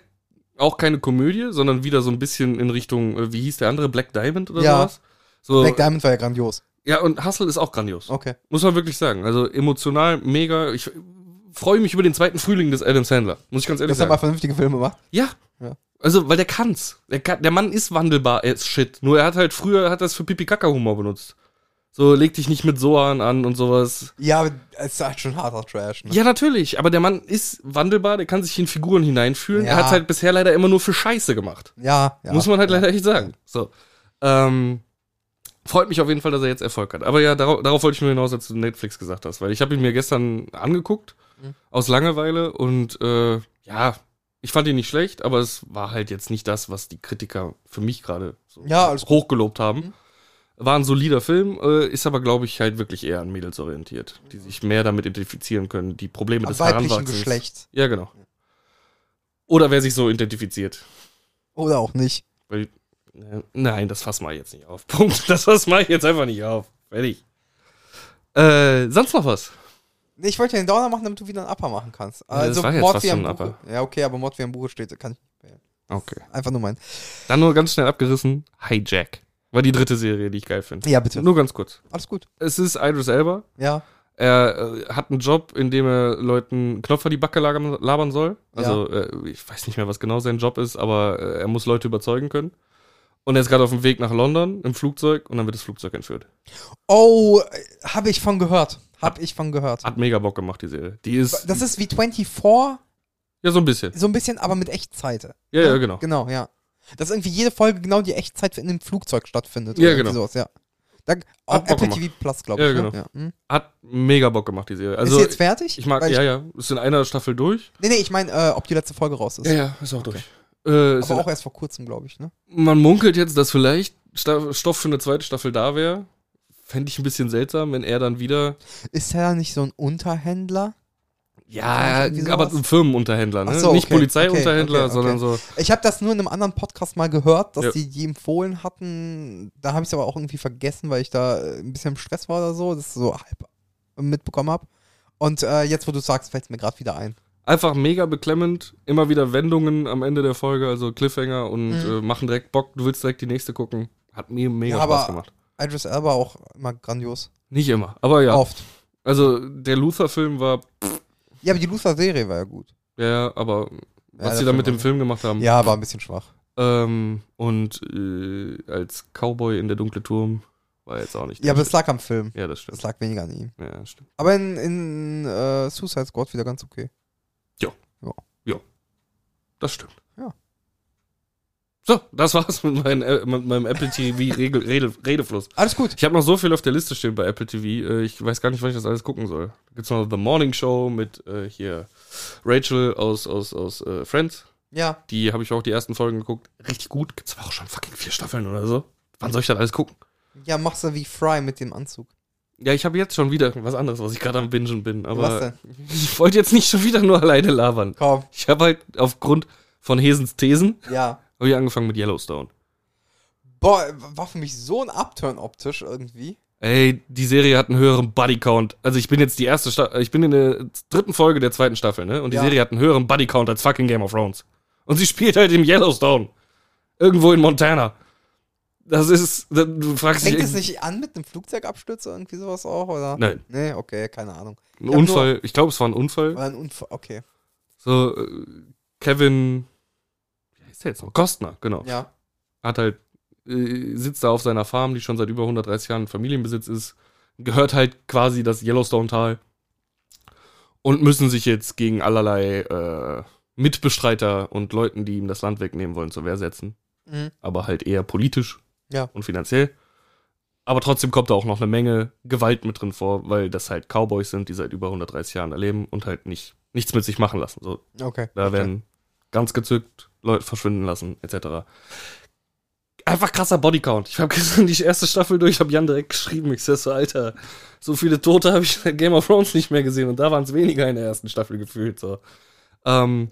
auch keine Komödie, sondern wieder so ein bisschen in Richtung, äh, wie hieß der andere, Black Diamond oder Ja. sowas? So, Black Diamond war ja grandios. ja, und Hustle ist auch grandios. Okay. Muss man wirklich sagen. Also emotional mega. Ich freue mich über den zweiten Frühling des Adam Sandler. Muss ich ganz ehrlich Dass er mal sagen. vernünftige Filme macht. Ja. Ja. Also, weil der kann's. Der, kann, der Mann ist wandelbar as shit. Nur er hat halt früher, hat das für Pipi-Kaka-Humor benutzt. So, leg dich nicht mit Sohan an und sowas. Ja, aber es ist halt schon harter Trash, ne? Ja, natürlich, aber der Mann ist wandelbar, der kann sich in Figuren hineinfühlen. Er Ja. hat halt bisher leider immer nur für Scheiße gemacht. Ja, ja. Muss man halt leider echt sagen. So. Ähm, freut mich auf jeden Fall, dass er jetzt Erfolg hat. Aber ja, darauf, darauf wollte ich nur hinaus, als du Netflix gesagt hast, weil ich habe ihn mir gestern angeguckt, Mhm. aus Langeweile und äh, ja, ich fand ihn nicht schlecht, aber es war halt jetzt nicht das, was die Kritiker für mich gerade so Ja, alles hochgelobt haben. Mhm. War ein solider Film, äh, ist aber, glaube ich, halt wirklich eher an Mädels orientiert, die sich mehr damit identifizieren können, die Probleme Mhm. Am des weiblichen Heranwachsens. Geschlecht. Ja, genau. Oder wer sich so identifiziert. Oder auch nicht. Weil, äh, nein, das fass mal jetzt nicht auf. Punkt. Das fass mal jetzt einfach nicht auf. Fertig. Äh, sonst noch was? Nee, ich wollte ja den Downer machen, damit du wieder einen Upper machen kannst. das Also war jetzt Mord fast wie am schon ein Buche. Ja, okay, aber Mord wie am Buche steht, kann ich Okay. einfach nur meinen. Dann nur ganz schnell abgerissen. Hijack. War die dritte Serie, die ich geil finde. Ja, bitte. Nur ganz kurz. Alles gut. Es ist Idris Elba. Ja. Er äh, hat einen Job, in dem er Leuten Knopf an die Backe labern, labern soll. Also, äh, ich weiß nicht mehr, was genau sein Job ist, aber äh, er muss Leute überzeugen können. Und er ist gerade auf dem Weg nach London im Flugzeug und dann wird das Flugzeug entführt. Oh, habe ich von gehört. Hab ich von gehört. Hat mega Bock gemacht, die Serie. Die ist. Das ist wie 24, Ja, so ein bisschen. so ein bisschen, aber mit Echtzeit. Ja, ja, genau. Genau, ja. Dass irgendwie jede Folge genau die Echtzeit in dem Flugzeug stattfindet. Ja, oder irgendwie genau. Sowas, ja. Da, auf Bock Apple gemacht. TV Plus, glaube Ja, ich. ne? genau. Ja. Hm. Hat mega Bock gemacht, die Serie. ist Also, sie jetzt fertig? ich mag, Weil ja, ja. Ist in einer Staffel durch. Nee, nee, ich meine, äh, ob die letzte Folge raus ist. ja, ist auch durch. Äh, ist aber in, auch erst vor kurzem, glaube ich, ne? man munkelt jetzt, dass vielleicht Sta- Stoff für eine zweite Staffel da wäre. Fände ich ein bisschen seltsam, wenn er dann wieder. Ist er nicht so ein Unterhändler? Ja, Irgendwie sowas? aber ein Firmenunterhändler, ne? Ach so, Nicht okay, Polizeiunterhändler, okay, okay, sondern okay. so. Ich habe das nur in einem anderen Podcast mal gehört, dass Ja. die die empfohlen hatten. Da habe ich es aber auch irgendwie vergessen, weil ich da äh, ein bisschen im Stress war oder so, das so halb mitbekommen habe. Und äh, jetzt, wo du sagst, fällt es mir gerade wieder ein. Einfach mega beklemmend. Immer wieder Wendungen am Ende der Folge, also Cliffhanger und Mhm. äh, machen direkt Bock. Du willst direkt die nächste gucken. Hat mir mega Ja, aber- Spaß gemacht. Idris Elba auch immer grandios. Nicht immer, aber ja. Oft. Also der Luther-Film war, Ja, aber die Luther-Serie war ja gut. ja, ja, aber was sie der da Film mit war dem Film gemacht haben. Ja, war ein bisschen schwach. Ähm, und äh, als Cowboy in der dunkle Turm War jetzt auch nicht. Ja, aber es lag am Film. ja das stimmt. Es lag weniger an ihm. Ja, das stimmt. Aber in, in äh, Suicide Squad wieder ganz okay. Das stimmt. Ja. So, das war's mit, meinen, äh, mit meinem Apple TV Regel, Rede, Redefluss. Alles gut. Ich habe noch so viel auf der Liste stehen bei Apple TV. Äh, Ich weiß gar nicht, wann ich das alles gucken soll. Da gibt's noch The Morning Show mit äh, hier Rachel aus, aus, aus äh, Friends. Ja. Die habe ich auch die ersten Folgen geguckt. Richtig gut. Gibt's aber auch schon fucking vier Staffeln oder so. Wann soll ich das alles gucken? Ja, machst du wie Fry mit dem Anzug. Ja, ich habe jetzt schon wieder was anderes, was ich gerade am Bingen bin. Aber Was denn? ich wollte jetzt nicht schon wieder nur alleine labern. Komm. Ich habe halt aufgrund von Hesens Thesen Ja. hab ich angefangen mit Yellowstone. Boah, war für mich so ein Upturn optisch irgendwie. Ey, die Serie hat einen höheren Bodycount. Also ich bin jetzt die erste Staffel, ich bin in der dritten Folge der zweiten Staffel, ne? Und die Ja. Serie hat einen höheren Bodycount als fucking Game of Thrones. Und sie spielt halt im Yellowstone. Irgendwo in Montana. Das ist, da- du fragst Fängt dich. es nicht an mit einem Flugzeugabsturz oder irgendwie sowas auch, oder? Nein, Nee, okay, keine Ahnung. ein Ich hab Unfall. Ich glaube, es war ein Unfall. Nur, war ein Unfall, okay. So, äh, Kevin, wie heißt der jetzt noch? Kostner, genau. Ja. hat halt, äh, sitzt da auf seiner Farm, die schon seit über 130 Jahren in Familienbesitz ist, gehört halt quasi das Yellowstone-Tal und müssen sich jetzt gegen allerlei äh, Mitbestreiter und Leuten, die ihm das Land wegnehmen wollen, zur Wehr setzen. Mhm. Aber halt eher politisch Ja. und finanziell. Aber trotzdem kommt da auch noch eine Menge Gewalt mit drin vor, weil das halt Cowboys sind, die seit über 130 Jahren da leben und halt nicht, nichts mit sich machen lassen. So, Okay. da werden ganz gezückt Leute verschwinden lassen, etc. Einfach krasser Bodycount. Ich habe gestern die erste Staffel durch, habe Jan direkt geschrieben. Ich sag so, Alter, so viele Tote habe ich in Game of Thrones nicht mehr gesehen und da waren es weniger in der ersten Staffel gefühlt. So. Ähm,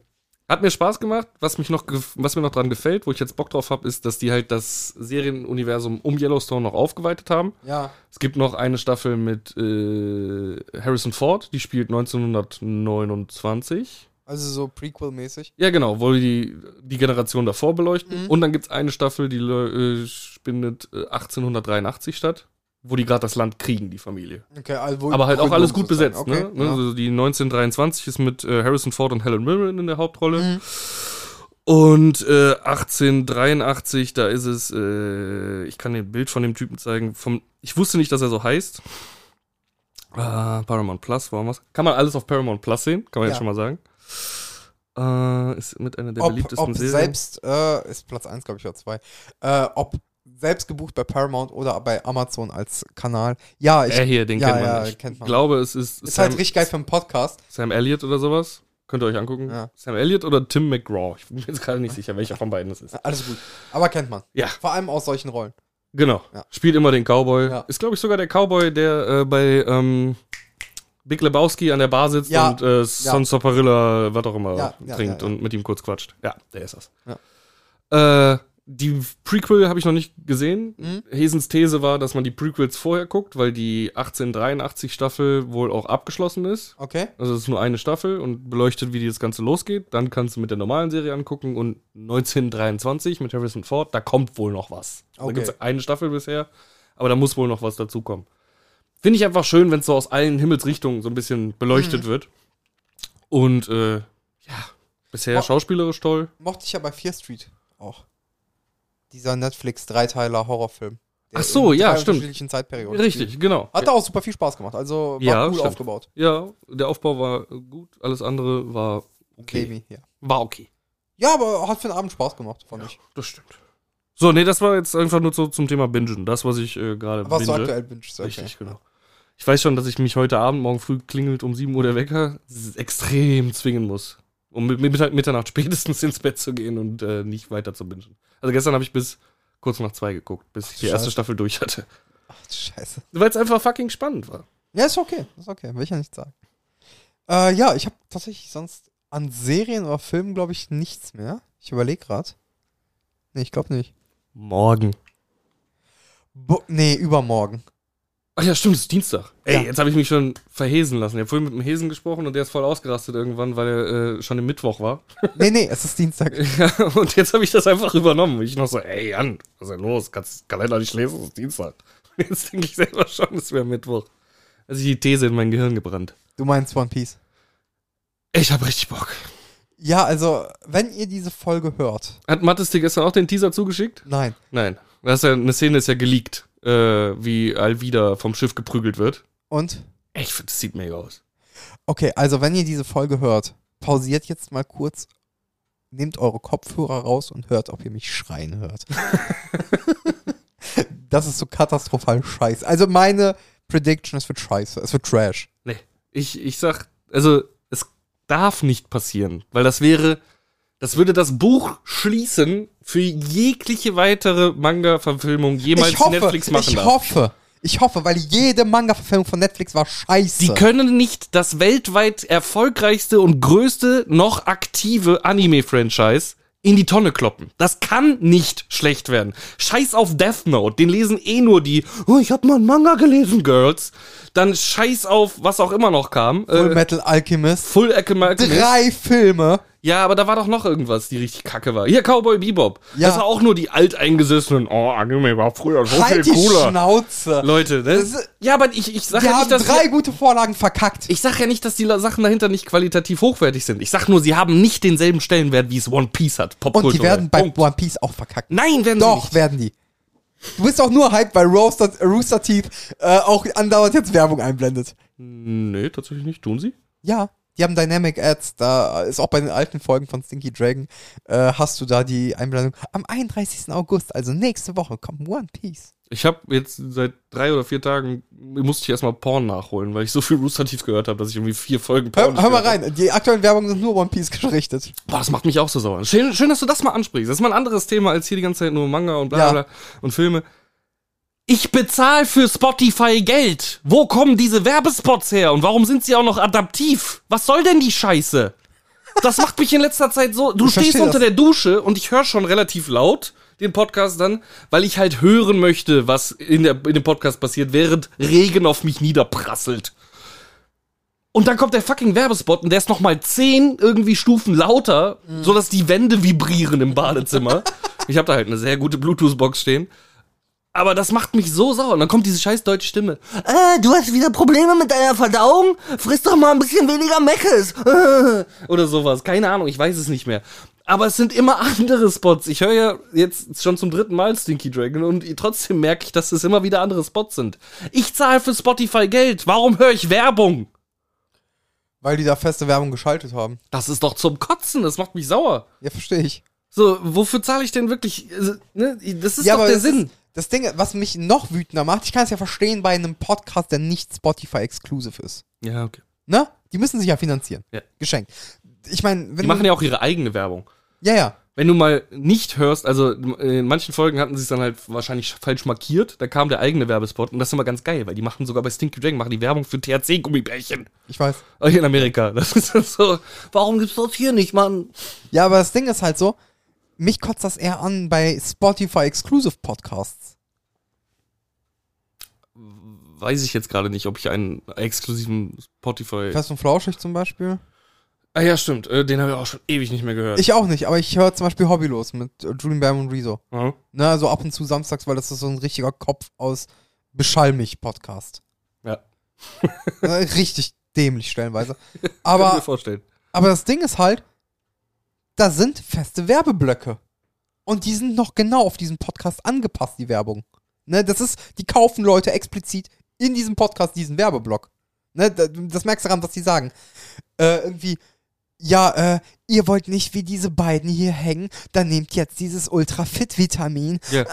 hat mir Spaß gemacht. Was, mich noch gef- was mir noch dran gefällt, wo ich jetzt Bock drauf habe, ist, dass die halt das Serienuniversum um Yellowstone noch aufgeweitet haben. Ja. Es gibt noch eine Staffel mit äh, Harrison Ford, die spielt 1929. Also so Prequel-mäßig. Ja, genau, wo die die Generation davor beleuchten. Mhm. Und dann gibt's eine Staffel, die äh, findet äh, 1883 statt, wo die gerade das Land kriegen, die Familie. Okay, also wo Aber halt auch Gründung alles gut sozusagen. besetzt. ne? genau. Ne? Also die 1923 ist mit äh, Harrison Ford und Helen Mirren in der Hauptrolle. Ja. Mhm. Und äh, 1883, da ist es, äh, ich kann dir ein Bild von dem Typen zeigen. Vom, ich wusste nicht, dass er so heißt. Ah, Paramount Plus, warum was? Kann man alles auf Paramount Plus sehen, kann man Ja. jetzt schon mal sagen. Äh, ist mit einer der ob, beliebtesten ob Serien. selbst, äh, ist Platz 1, glaube ich, oder 2. Äh, ob selbst gebucht bei Paramount oder bei Amazon als Kanal. Ja, ich. er hier, den ja, kennt man ja, nicht. kennt man. Ich glaube, es ist, ist Sam, halt richtig geil für einen Podcast. Sam Elliott oder sowas. Könnt ihr euch angucken. Ja. Sam Elliott oder Tim McGraw. Ich bin mir jetzt gerade nicht sicher, welcher von beiden das ist. Alles gut. Aber kennt man. Ja. Vor allem aus solchen Rollen. Genau. Ja. Spielt immer den Cowboy. Ja. Ist, glaube ich, sogar der Cowboy, der äh, bei ähm, Big Lebowski an der Bar sitzt Ja. und äh, Son Soparilla, was auch immer, Ja, ja, trinkt ja, ja. und mit ihm kurz quatscht. Ja, der ist das. Ja. Äh, die Prequel habe ich noch nicht gesehen. Mhm. Hesens These war, dass man die Prequels vorher guckt, weil die 1883-Staffel wohl auch abgeschlossen ist. Okay. Also es ist nur eine Staffel und beleuchtet, wie das Ganze losgeht. Dann kannst du mit der normalen Serie angucken und 1923 mit Harrison Ford, da kommt wohl noch was. Da Okay. gibt es eine Staffel bisher, aber da muss wohl noch was dazukommen. Finde ich einfach schön, wenn es so aus allen Himmelsrichtungen so ein bisschen Mhm. beleuchtet wird. Und äh, ja, bisher Oh. schauspielerisch toll. Mochte ich ja bei Fear Street auch. Dieser Netflix-Dreiteiler Horrorfilm. Der Ach so, in ja, drei stimmt. unterschiedlichen Zeitperioden. Richtig, genau. Hat auch super viel Spaß gemacht. Also war Ja, cool stimmt. aufgebaut. Ja, der Aufbau war gut, alles andere war okay. Baby, ja. War okay. Ja, aber hat für den Abend Spaß gemacht, fand Ja, ich. das stimmt. So, nee, das war jetzt einfach nur so zum Thema Bingen. Das, was ich äh, gerade Was du binge. aktuell wünschst. okay. Richtig, genau. Ich weiß schon, dass ich mich heute Abend, morgen früh klingelt um 7 Uhr der Wecker, s- extrem zwingen muss, um mit mit- mit Mitternacht spätestens ins Bett zu gehen und äh, nicht weiter zu bingen. Also gestern habe ich bis kurz nach zwei geguckt, bis ich die erste Scheiße. Staffel durch hatte. Ach, du Scheiße. Weil es einfach fucking spannend war. Ja, ist okay. Ist okay. Will ich ja nicht sagen. Äh, ja, ich habe tatsächlich sonst an Serien oder Filmen, glaube ich, nichts mehr. Ich überlege gerade. Nee, ich glaube nicht. Morgen. Bo nee, übermorgen. Ach ja, stimmt, es ist Dienstag. Ey, Ja. jetzt habe ich mich schon verhesen lassen. Ich habe vorhin mit dem Hesen gesprochen und der ist voll ausgerastet irgendwann, weil er äh, schon im Mittwoch war. Nee, nee, es ist Dienstag. Ja, und jetzt habe ich das einfach übernommen. Ich noch so, ey Jan, was ist denn los? Kannst du Kalender nicht lesen, es ist Dienstag. Jetzt denke ich selber schon, es wäre Mittwoch. Also die These in mein Gehirn gebrannt. Du meinst One Piece. Ich habe richtig Bock. Ja, also, wenn ihr diese Folge hört, Hat Mattes dir gestern auch den Teaser zugeschickt? nein. Nein. Das ist ja, eine Szene ist ja geleakt. äh, wie Alvida vom Schiff geprügelt wird. Und? Ich finde, das sieht mega aus. Okay, also wenn ihr diese Folge hört, pausiert jetzt mal kurz, nehmt eure Kopfhörer raus und hört, ob ihr mich schreien hört. das ist so katastrophal scheiße. Also meine Prediction, es wird scheiße, es wird trash. Ich, ich sag, also, es darf nicht passieren, weil das wäre, das würde das Buch schließen für jegliche weitere Manga-Verfilmung jemals ich hoffe, Netflix machen ich darf. hoffe, ich hoffe, weil jede Manga-Verfilmung von Netflix war scheiße. Die können nicht das weltweit erfolgreichste und größte noch aktive Anime-Franchise in die Tonne kloppen. Das kann nicht schlecht werden. Scheiß auf Death Note, den lesen eh nur die, oh, ich hab mal einen Manga gelesen, Girls. Dann scheiß auf, was auch immer noch kam. Full Äh, Metal Alchemist. Full Academy. Drei Filme. Ja, aber da war doch noch irgendwas, die richtig kacke war. Hier, Cowboy Bebop. Ja. Das war auch nur die alteingesessenen, oh, Anime war früher so halt viel die cooler. Schnauze. Leute, ne? Das ist- Ja, aber ich, ich sag Wir ja haben nicht, dass drei gute Vorlagen verkackt. Ich sag ja nicht, dass die La- Sachen dahinter nicht qualitativ hochwertig sind. Ich sag nur, sie haben nicht denselben Stellenwert, wie es One Piece hat. Popkultur. Und die werden bei Punkt. One Piece auch verkackt. Nein, werden sie Doch, nicht. werden die. Du bist doch nur hyped, weil Rooster, Rooster Teeth äh, auch andauernd jetzt Werbung einblendet. Nee, tatsächlich nicht. Tun sie? Ja, die haben Dynamic Ads. Da ist auch bei den alten Folgen von Stinky Dragon, äh, hast du da die Einblendung. Am 31. August, also nächste Woche, kommt One Piece. Ich habe jetzt seit drei oder vier Tagen, musste ich erstmal Porn nachholen, weil ich so viel Rooster Teeth gehört habe, dass ich irgendwie vier Folgen Porn Hör, hör mal gehört hab. rein, die aktuellen Werbungen sind nur One Piece gerichtet. Boah, das macht mich auch so sauer. Schön, schön, dass du das mal ansprichst. Das ist mal ein anderes Thema als hier die ganze Zeit nur Manga und bla Ja. bla und Filme. Ich bezahle für Spotify Geld. Wo kommen diese Werbespots her? Und warum sind sie auch noch adaptiv? Was soll denn die Scheiße? Das macht mich in letzter Zeit so. Du Ich versteh stehst unter das. der Dusche und ich höre schon relativ laut den Podcast dann, weil ich halt hören möchte, was in, der, in dem Podcast passiert, während Regen auf mich niederprasselt. Und dann kommt der fucking Werbespot und der ist nochmal zehn irgendwie Stufen lauter, Mhm. sodass die Wände vibrieren im Badezimmer. ich habe da halt eine sehr gute Bluetooth-Box stehen. Aber das macht mich so sauer. Und dann kommt diese scheiß deutsche Stimme. Äh, du hast wieder Probleme mit deiner Verdauung? Friss doch mal ein bisschen weniger Meckes. Äh, Oder sowas. Keine Ahnung, ich weiß es nicht mehr. Aber es sind immer andere Spots. Ich höre ja jetzt schon zum dritten Mal Stinky Dragon und trotzdem merke ich, dass es immer wieder andere Spots sind. Ich zahle für Spotify Geld. Warum höre ich Werbung? Weil die da feste Werbung geschaltet haben. Das ist doch zum Kotzen. Das macht mich sauer. Ja, verstehe ich. So, wofür zahle ich denn wirklich? Also, Ne? Das ist ja, doch der das Sinn. Ist, das Ding, was mich noch wütender macht, ich kann es ja verstehen bei einem Podcast, der nicht Spotify-exclusive ist. Ja, okay. Ne? Die müssen sich ja finanzieren. Ja. Geschenkt. Ich meine, wenn Die du- machen ja auch ihre eigene Werbung. ja, ja. wenn du mal nicht hörst, also in manchen Folgen hatten sie es dann halt wahrscheinlich falsch markiert, da kam der eigene Werbespot und das ist immer ganz geil, weil die machen sogar bei Stinky Dragon machen die Werbung für THC-Gummibärchen. Ich weiß. Hier in Amerika. Das ist dann so, warum gibt's das hier nicht, Mann? Ja, aber das Ding ist halt so, mich kotzt das eher an bei Spotify-exclusive Podcasts. Weiß ich jetzt gerade nicht, ob ich einen exklusiven Spotify. Fest und Flauschig zum Beispiel. Ah ja, stimmt. Äh, den habe ich auch schon ewig nicht mehr gehört. Ich auch nicht, aber ich höre zum Beispiel Hobbylos mit äh, Julian Bam und Rezo. ja. Ne, also ab und zu samstags, weil das ist so ein richtiger Kopf aus Beschall mich Podcast. Ja. Äh, Richtig dämlich stellenweise. Kann ich mir Aber, vorstellen. aber das Ding ist halt, da sind feste Werbeblöcke. Und die sind noch genau auf diesen Podcast angepasst, die Werbung. Ne, das ist, die kaufen Leute explizit in diesem Podcast diesen Werbeblock. Ne, da- das merkst du daran, was die sagen. Äh, irgendwie, ja, äh, ihr wollt nicht wie diese beiden hier hängen, dann nehmt jetzt dieses Ultra-Fit-Vitamin. Ja.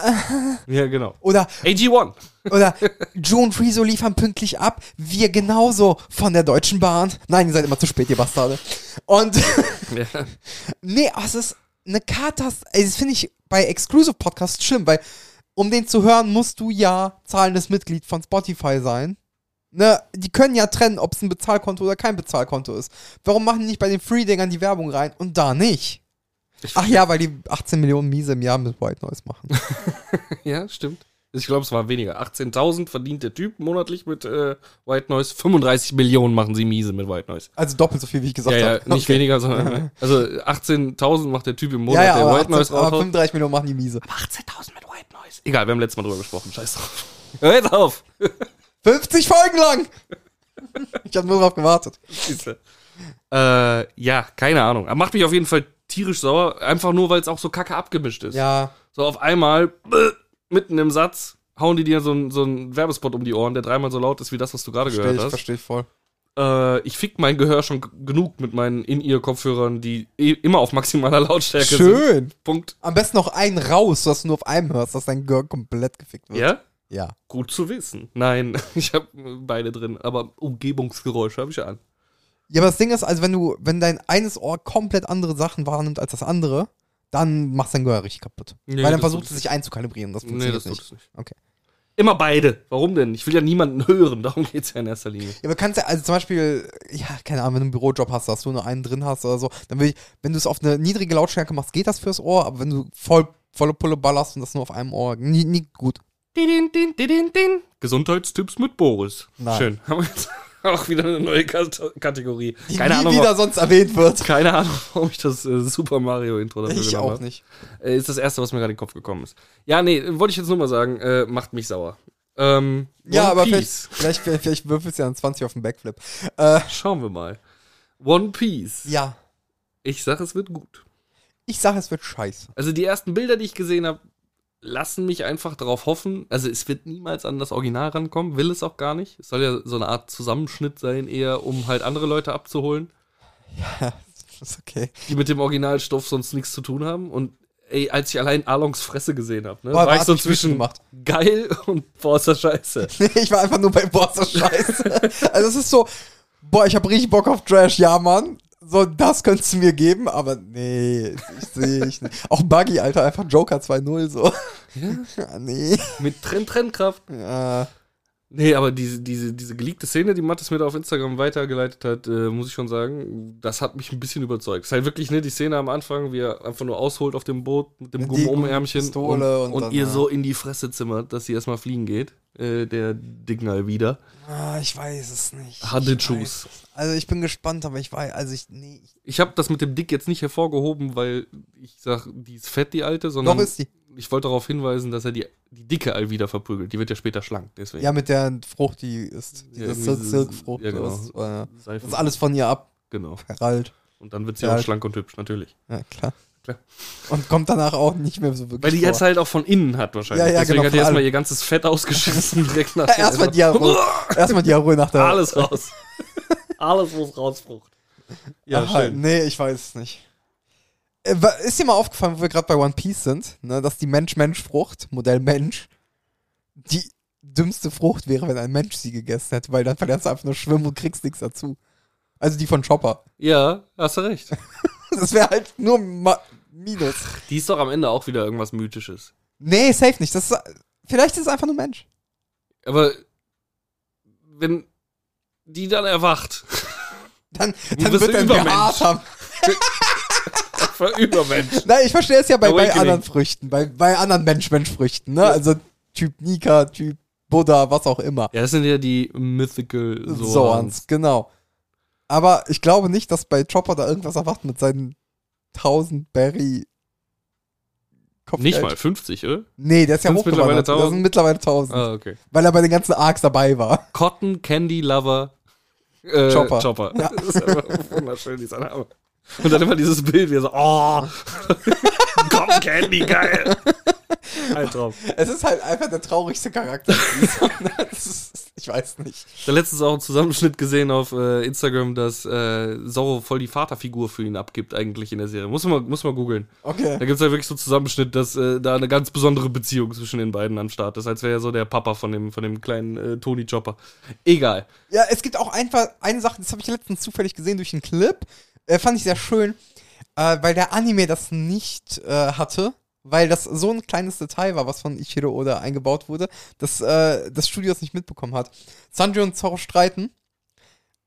ja, genau. Oder AG1. oder June Friso liefern pünktlich ab, wir genauso von der Deutschen Bahn. Nein, ihr seid immer zu spät, ihr Bastarde. Und Ja. nee, ach, es ist eine Katastrophe. Das finde ich bei Exclusive Podcasts schlimm, weil um den zu hören, musst du ja zahlendes Mitglied von Spotify sein. Ne, die können ja trennen, ob es ein Bezahlkonto oder kein Bezahlkonto ist. Warum machen die nicht bei den Free-Dingern die Werbung rein und da nicht? Ich- Ach ja, weil die 18 Millionen Miese im Jahr mit White Noise machen. Ja, stimmt. Ich glaube, es war weniger. 18.000 verdient der Typ monatlich mit äh, White Noise. 35 Millionen machen sie miese mit White Noise. Also doppelt so viel, wie ich gesagt Ja, ja, habe. nicht weniger, sondern also 18.000 macht der Typ im Ja, Monat, ja, der aber, White 18, Noise aber raushaut. 35 Millionen machen die miese. 18.000 mit White Noise. Egal, wir haben letztes Mal drüber gesprochen. Scheiß drauf. Hör jetzt auf. 50 Folgen lang! ich habe nur drauf gewartet. Siehste. äh, ja, keine Ahnung. Aber Macht mich auf jeden Fall tierisch sauer. Einfach nur, weil es auch so kacke abgemischt ist. Ja, So auf einmal, bäh, mitten im Satz, hauen die dir so einen so einen Werbespot um die Ohren, der dreimal so laut ist wie das, was du gerade Verstehe gehört ich, hast. verstehe ich voll. Äh, ich fick mein Gehör schon g- genug mit meinen In-Ear-Kopfhörern, die eh immer auf maximaler Lautstärke sind. Schön. Punkt. Am besten noch einen raus, sodass du nur auf einem hörst, dass dein Gehör komplett gefickt wird. Ja? Ja. Gut zu wissen. Nein, ich habe beide drin, aber Umgebungsgeräusche habe ich an. Ja, aber das Ding ist, also wenn du, wenn dein eines Ohr komplett andere Sachen wahrnimmt als das andere, dann machst du dein Gehör richtig kaputt. Nee, Weil dann das versucht tut es sich einzukalibrieren. Das Nee, funktioniert das tut nicht. es nicht. Okay. Immer beide. Warum denn? Ich will ja niemanden hören, darum geht's ja in erster Linie. Ja, aber kannst ja, also zum Beispiel, ja, keine Ahnung, wenn du einen Bürojob hast, dass du nur einen drin hast oder so, dann will ich, wenn du es auf eine niedrige Lautstärke machst, geht das fürs Ohr, aber wenn du voll, volle Pulle ballerst und das nur auf einem Ohr, nie, nie gut. Didin, din, didin, din. Gesundheitstipps mit Boris. Nein. Schön. Haben wir jetzt auch wieder eine neue Kat- Kategorie. Die Keine nie Ahnung, wieder warum, sonst erwähnt wird. keine Ahnung, warum ich das äh, Super Mario Intro dafür Ich genommen auch hab. nicht. Äh, Ist das erste, was mir gerade in den Kopf gekommen ist. Ja, nee, wollte ich jetzt nur mal sagen, äh, macht mich sauer. Ähm, Ja, One aber vielleicht, Piece. vielleicht, vielleicht, vielleicht würfelst du ja einen 20 auf den Backflip. Äh, Schauen wir mal. One Piece. ja, Ich sag, es wird gut. ich sage, es wird scheiße. Also die ersten Bilder, die ich gesehen habe, lassen mich einfach darauf hoffen. Also es wird niemals an das Original rankommen, will es auch gar nicht. Es soll ja so eine Art Zusammenschnitt sein, eher um halt andere Leute abzuholen, Ja, ist okay. die mit dem Originalstoff sonst nichts zu tun haben. Und ey, als ich allein Alongs Fresse gesehen habe, ne, Boah, war ich hat so mich wütend zwischen gemacht. geil und boah, ist das scheiße. Nee, ich war einfach nur bei Boah, ist das scheiße. also es ist so, boah, ich habe richtig Bock auf Trash, ja, Mann. So, das könntest du mir geben, aber nee, ich sehe ich nicht. Auch Buggy, Alter, einfach Joker 2-0, so. Ja, nee. Mit Trenn Trennkraft. Ja, Nee, aber diese, diese, diese geleakte Szene, die Mattes mir da auf Instagram weitergeleitet hat, äh, muss ich schon sagen, das hat mich ein bisschen überzeugt. Ist halt wirklich, ne, die Szene am Anfang, wie er einfach nur ausholt auf dem Boot mit dem Die Gummiumärmchen Pistole und, und und dann, ihr ja. so in die Fresse zimmert, dass sie erstmal fliegen geht. Äh, der Dignal wieder. ah, ich weiß es nicht. Ich weiß- Handelschuss. Also ich bin gespannt, aber ich weiß, also ich, nee. Ich, Ich habe das mit dem Dick jetzt nicht hervorgehoben, weil ich sag, die ist fett, die alte, sondern doch ist die. ich wollte darauf hinweisen, dass er die, die dicke Alvida verprügelt. Die wird ja später schlank, deswegen. Ja, mit der Frucht, die ist. Ja, Diese irgendwie so- Silkfrucht. ja, genau. das, äh, das Seifen- ist alles von ihr Genau. abgerallt. Und dann wird sie Ja. auch schlank und hübsch, natürlich. Ja, klar. Klar. Und kommt danach auch nicht mehr so wirklich Weil die vor. jetzt halt auch von innen hat wahrscheinlich. Ja, ja, Deswegen genau, hat die von erstmal allem. ihr ganzes Fett ausgeschissen direkt nach Erstmal Diarrhoe. Erstmal Diarrhoe nach der. halt Alles raus. Alles muss rausfrucht. Ja, Aha, schön. Nee, ich weiß es nicht. Äh, wa- Ist dir mal aufgefallen, wo wir gerade bei One Piece sind, ne, dass die Mensch-Mensch-Frucht, Modell Mensch, die dümmste Frucht wäre, wenn ein Mensch sie gegessen hätte, weil dann verlernst du einfach nur schwimmen und kriegst nichts dazu. Also die von Chopper. Ja, hast du recht. Das wäre halt nur Ma Minus. Die ist doch am Ende auch wieder irgendwas Mythisches. Nee, safe nicht. Das ist, vielleicht ist es einfach nur Mensch. Aber wenn die dann erwacht, Dann, Du dann bist wird er ein ein Übermensch. Theater. ver- Übermensch. Nein, ich verstehe es ja bei, bei Awakening. anderen Früchten, bei, bei anderen Mensch-Mensch-Früchten, ne? Also Typ Nika, Typ Buddha, was auch immer. Ja, das sind ja die Mythical Zorns. Zorns, genau. Aber ich glaube nicht, dass bei Chopper da irgendwas erwacht mit seinen 1000 Berry Kopf Nicht mal 50, oder? Nee, der ist ja Sind's mittlerweile hochgewandert. Das 1000? sind mittlerweile 1000, Ah, okay. weil er bei den ganzen Arcs dabei war. Cotton Candy Lover äh, Chopper. Chopper. Das ist einfach wunderschön, dieser Name. Und dann immer dieses Bild, wie er so, oh, Cotton Candy, geil. Ein Traum. Es ist halt einfach der traurigste Charakter. in diesem- Das ist- ich weiß nicht. Da letztens auch einen Zusammenschnitt gesehen auf äh, Instagram, dass äh, Zorro voll die Vaterfigur für ihn abgibt, eigentlich in der Serie. Muss man, muss man googeln. Da Okay. gibt es halt wirklich so einen Zusammenschnitt, dass äh, da eine ganz besondere Beziehung zwischen den beiden am Start ist, als wäre er so der Papa von dem, von dem kleinen äh, Tony Chopper. Egal. Ja, es gibt auch einfach eine Sache, das habe ich letztens zufällig gesehen durch einen Clip. Äh, fand ich sehr schön, äh, weil der Anime das nicht äh, hatte, weil das so ein kleines Detail war, was von Ichiro Oda eingebaut wurde, dass äh, das Studio es nicht mitbekommen hat. Sanji und Zorro streiten.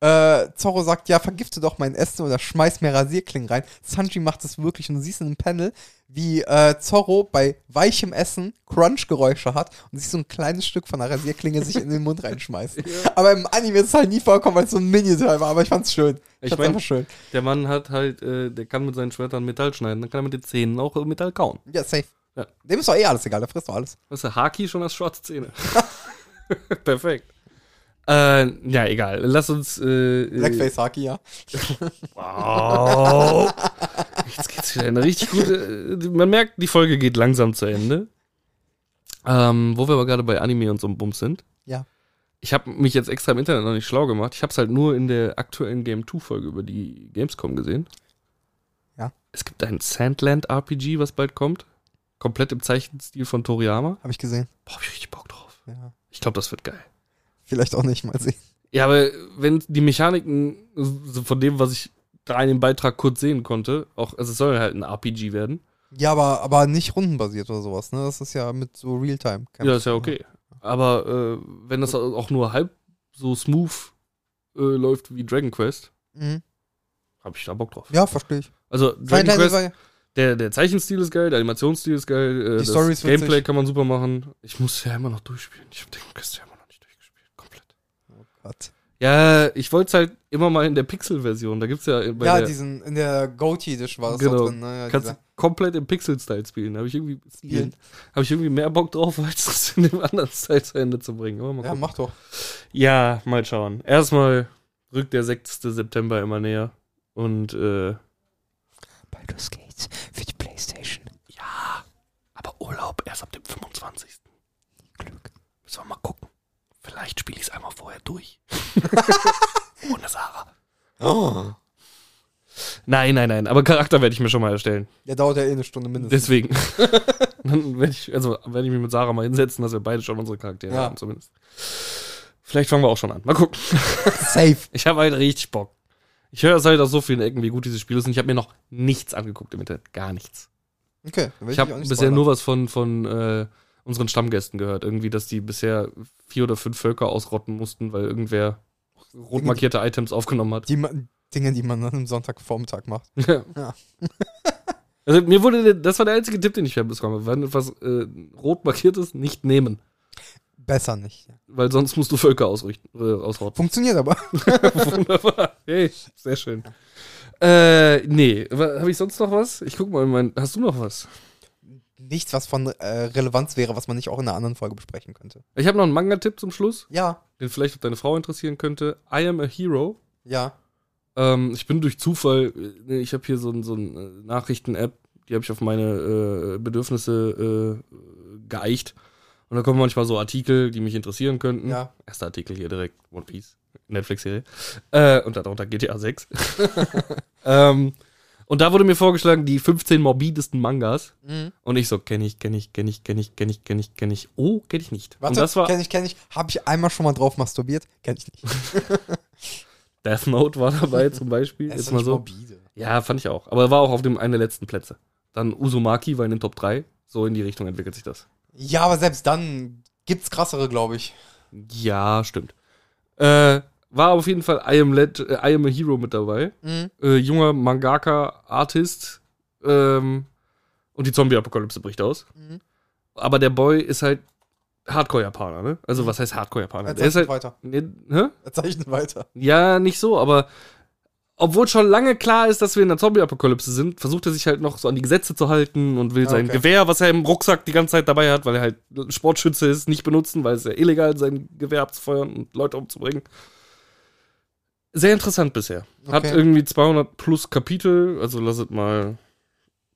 Äh, Zorro sagt, ja, vergifte doch mein Essen oder schmeiß mir Rasierklingen rein. Sanji macht das wirklich und du siehst in dem Panel, wie äh, Zorro bei weichem Essen Crunch-Geräusche hat und sich so ein kleines Stück von der Rasierklinge sich in den Mund reinschmeißt. Aber im Anime ist es halt nie vorkommen, weil es so ein Mini-Teil war, aber ich fand's schön. Ich fand's mein- einfach schön. Der Mann hat halt, äh, der kann mit seinen Schwertern Metall schneiden, dann kann er mit den Zähnen auch äh, Metall kauen. Ja, safe. Ja. Äh. Dem ist doch eh alles egal, der frisst doch alles. Weißt du, Haki schon als schwarze Zähne. Perfekt. Äh, ja, egal. Lass uns. Äh, äh, Blackface Haki, ja. Wow. äh, Jetzt geht's wieder in eine richtig gute. Man merkt, die Folge geht langsam zu Ende. Ähm, wo wir aber gerade bei Anime und so einem Bums sind. Ja. Ich habe mich jetzt extra im Internet noch nicht schlau gemacht. Ich habe es halt nur in der aktuellen Game 2 Folge über die Gamescom gesehen. Ja. Es gibt ein Sandland RPG, was bald kommt. Komplett im Zeichenstil von Toriyama. Habe ich gesehen. Boah, hab ich richtig Bock drauf. Ja. Ich glaube, das wird geil. Vielleicht auch nicht, mal sehen. Ja, aber wenn die Mechaniken so von dem, was ich da in dem Beitrag kurz sehen konnte, auch, also es soll halt ein RPG werden. Ja, aber, aber nicht rundenbasiert oder sowas, ne? Das ist ja mit so Realtime. Ja, ist ja okay. Aber äh, wenn das auch nur halb so smooth äh, läuft wie Dragon Quest, Mhm. habe ich da Bock drauf. Ja, verstehe ich. Also Dragon Sideline Quest, war ja- der, der Zeichenstil ist geil, der Animationsstil ist geil, äh, das Story ist witzig. Gameplay kann man super machen. Ich muss ja immer noch durchspielen. Ich habe Dragon Quest ja immer noch nicht durchgespielt, komplett. Oh Gott. Ja, ich wollte es halt immer mal in der Pixel-Version. Da gibt's ja bei Ja, der, diesen, in der Goatee-Dish war es Genau. da drin, ne? Ja, kannst du dieser- komplett im Pixel-Style spielen. Habe ich irgendwie Spielen. habe ich irgendwie mehr Bock drauf, als das in dem anderen Style zu Ende zu bringen. Aber mal ja, gucken. mach doch. Ja, mal schauen. Erstmal rückt der 6. September immer näher. Und, äh, Baldur's Gates für die Playstation. ja, aber Urlaub erst ab dem 25. Glück. Müssen wir mal gucken. Vielleicht spiele ich es einmal vorher durch. Ohne Sarah. Ah. Oh. Nein, nein, nein. Aber Charakter werde ich mir schon mal erstellen. Ja, dauert ja eh eine Stunde mindestens. Deswegen. Dann werde ich, also werde ich mich mit Sarah mal hinsetzen, dass wir beide schon unsere Charaktere Ja. haben, zumindest. Vielleicht fangen wir auch schon an. Mal gucken. Safe. Ich habe halt richtig Bock. Ich höre es halt aus so vielen Ecken, wie gut dieses Spiel ist. Und ich habe mir noch nichts angeguckt im Internet. Gar nichts. Okay, dann will Ich habe dich auch nicht bisher spoilern. nur was von, von äh, unseren Stammgästen gehört. Irgendwie, dass die bisher vier oder fünf Völker ausrotten mussten, weil irgendwer rot markierte Items aufgenommen hat. die ma- Dinge, die man an einem Sonntagvormittag macht. Ja. also mir wurde, der- das war der einzige Tipp, den ich bekommen habe. Wenn etwas äh, rot markiertes, nicht nehmen. Besser nicht. Ja. Weil sonst musst du Völker ausrichten, äh, ausrotten. Funktioniert aber. Wunderbar. Hey, sehr schön. Äh, nee. Habe ich sonst noch was? Ich guck mal, in mein, hast du noch was? Nichts, was von äh, Relevanz wäre, was man nicht auch in einer anderen Folge besprechen könnte. Ich habe noch einen Manga-Tipp zum Schluss, Ja, den vielleicht auch deine Frau interessieren könnte. I Am a Hero ja. Ähm, ich bin durch Zufall, äh, ich habe hier so ein, so ein äh, Nachrichten-App, die habe ich auf meine äh, Bedürfnisse äh, geeicht. Und da kommen manchmal so Artikel, die mich interessieren könnten. Ja. Erster Artikel hier direkt, One Piece, Netflix-Serie. Äh, und darunter GTA 6. ähm, und da wurde mir vorgeschlagen, die 15 morbidesten Mangas. Mhm. Und ich so, kenne ich, kenne ich, kenne ich, kenne ich, kenne ich, kenne ich, kenne ich. Oh, kenne ich nicht. Warte, und das war kenn ich, kenn ich. Hab ich einmal schon mal drauf masturbiert? Kenn ich nicht. Death Note war dabei zum Beispiel. Es Ist ist mal nicht so. morbide. Ja, fand ich auch. Aber war auch auf dem einen der letzten Plätze. Dann Uzumaki war in den Top 3. So in die Richtung entwickelt sich das. Ja, aber selbst dann gibt's krassere, glaube ich. Ja, stimmt. Äh, war auf jeden Fall I Am, Leg äh, I Am a Hero mit dabei. Mhm. Äh, junger Mangaka-Artist. Ähm, und die Zombie-Apokalypse bricht aus. Mhm. Aber der Boy ist halt Hardcore-Japaner, ne? Mhm. Also, was heißt Hardcore-Japaner? Er Der ist zeichnet halt. weiter. Nee, hä? Er zeichnet weiter. Ja, nicht so, aber obwohl schon lange klar ist, dass wir in einer Zombie-Apokalypse sind, versucht er sich halt noch so an die Gesetze zu halten und will Ah, sein okay. Gewehr, was er im Rucksack die ganze Zeit dabei hat, weil er halt Sportschütze ist, nicht benutzen, weil es ja illegal ist, sein Gewehr abzufeuern und Leute umzubringen. Sehr interessant bisher. Hat Okay. irgendwie 200 plus Kapitel, also lass es mal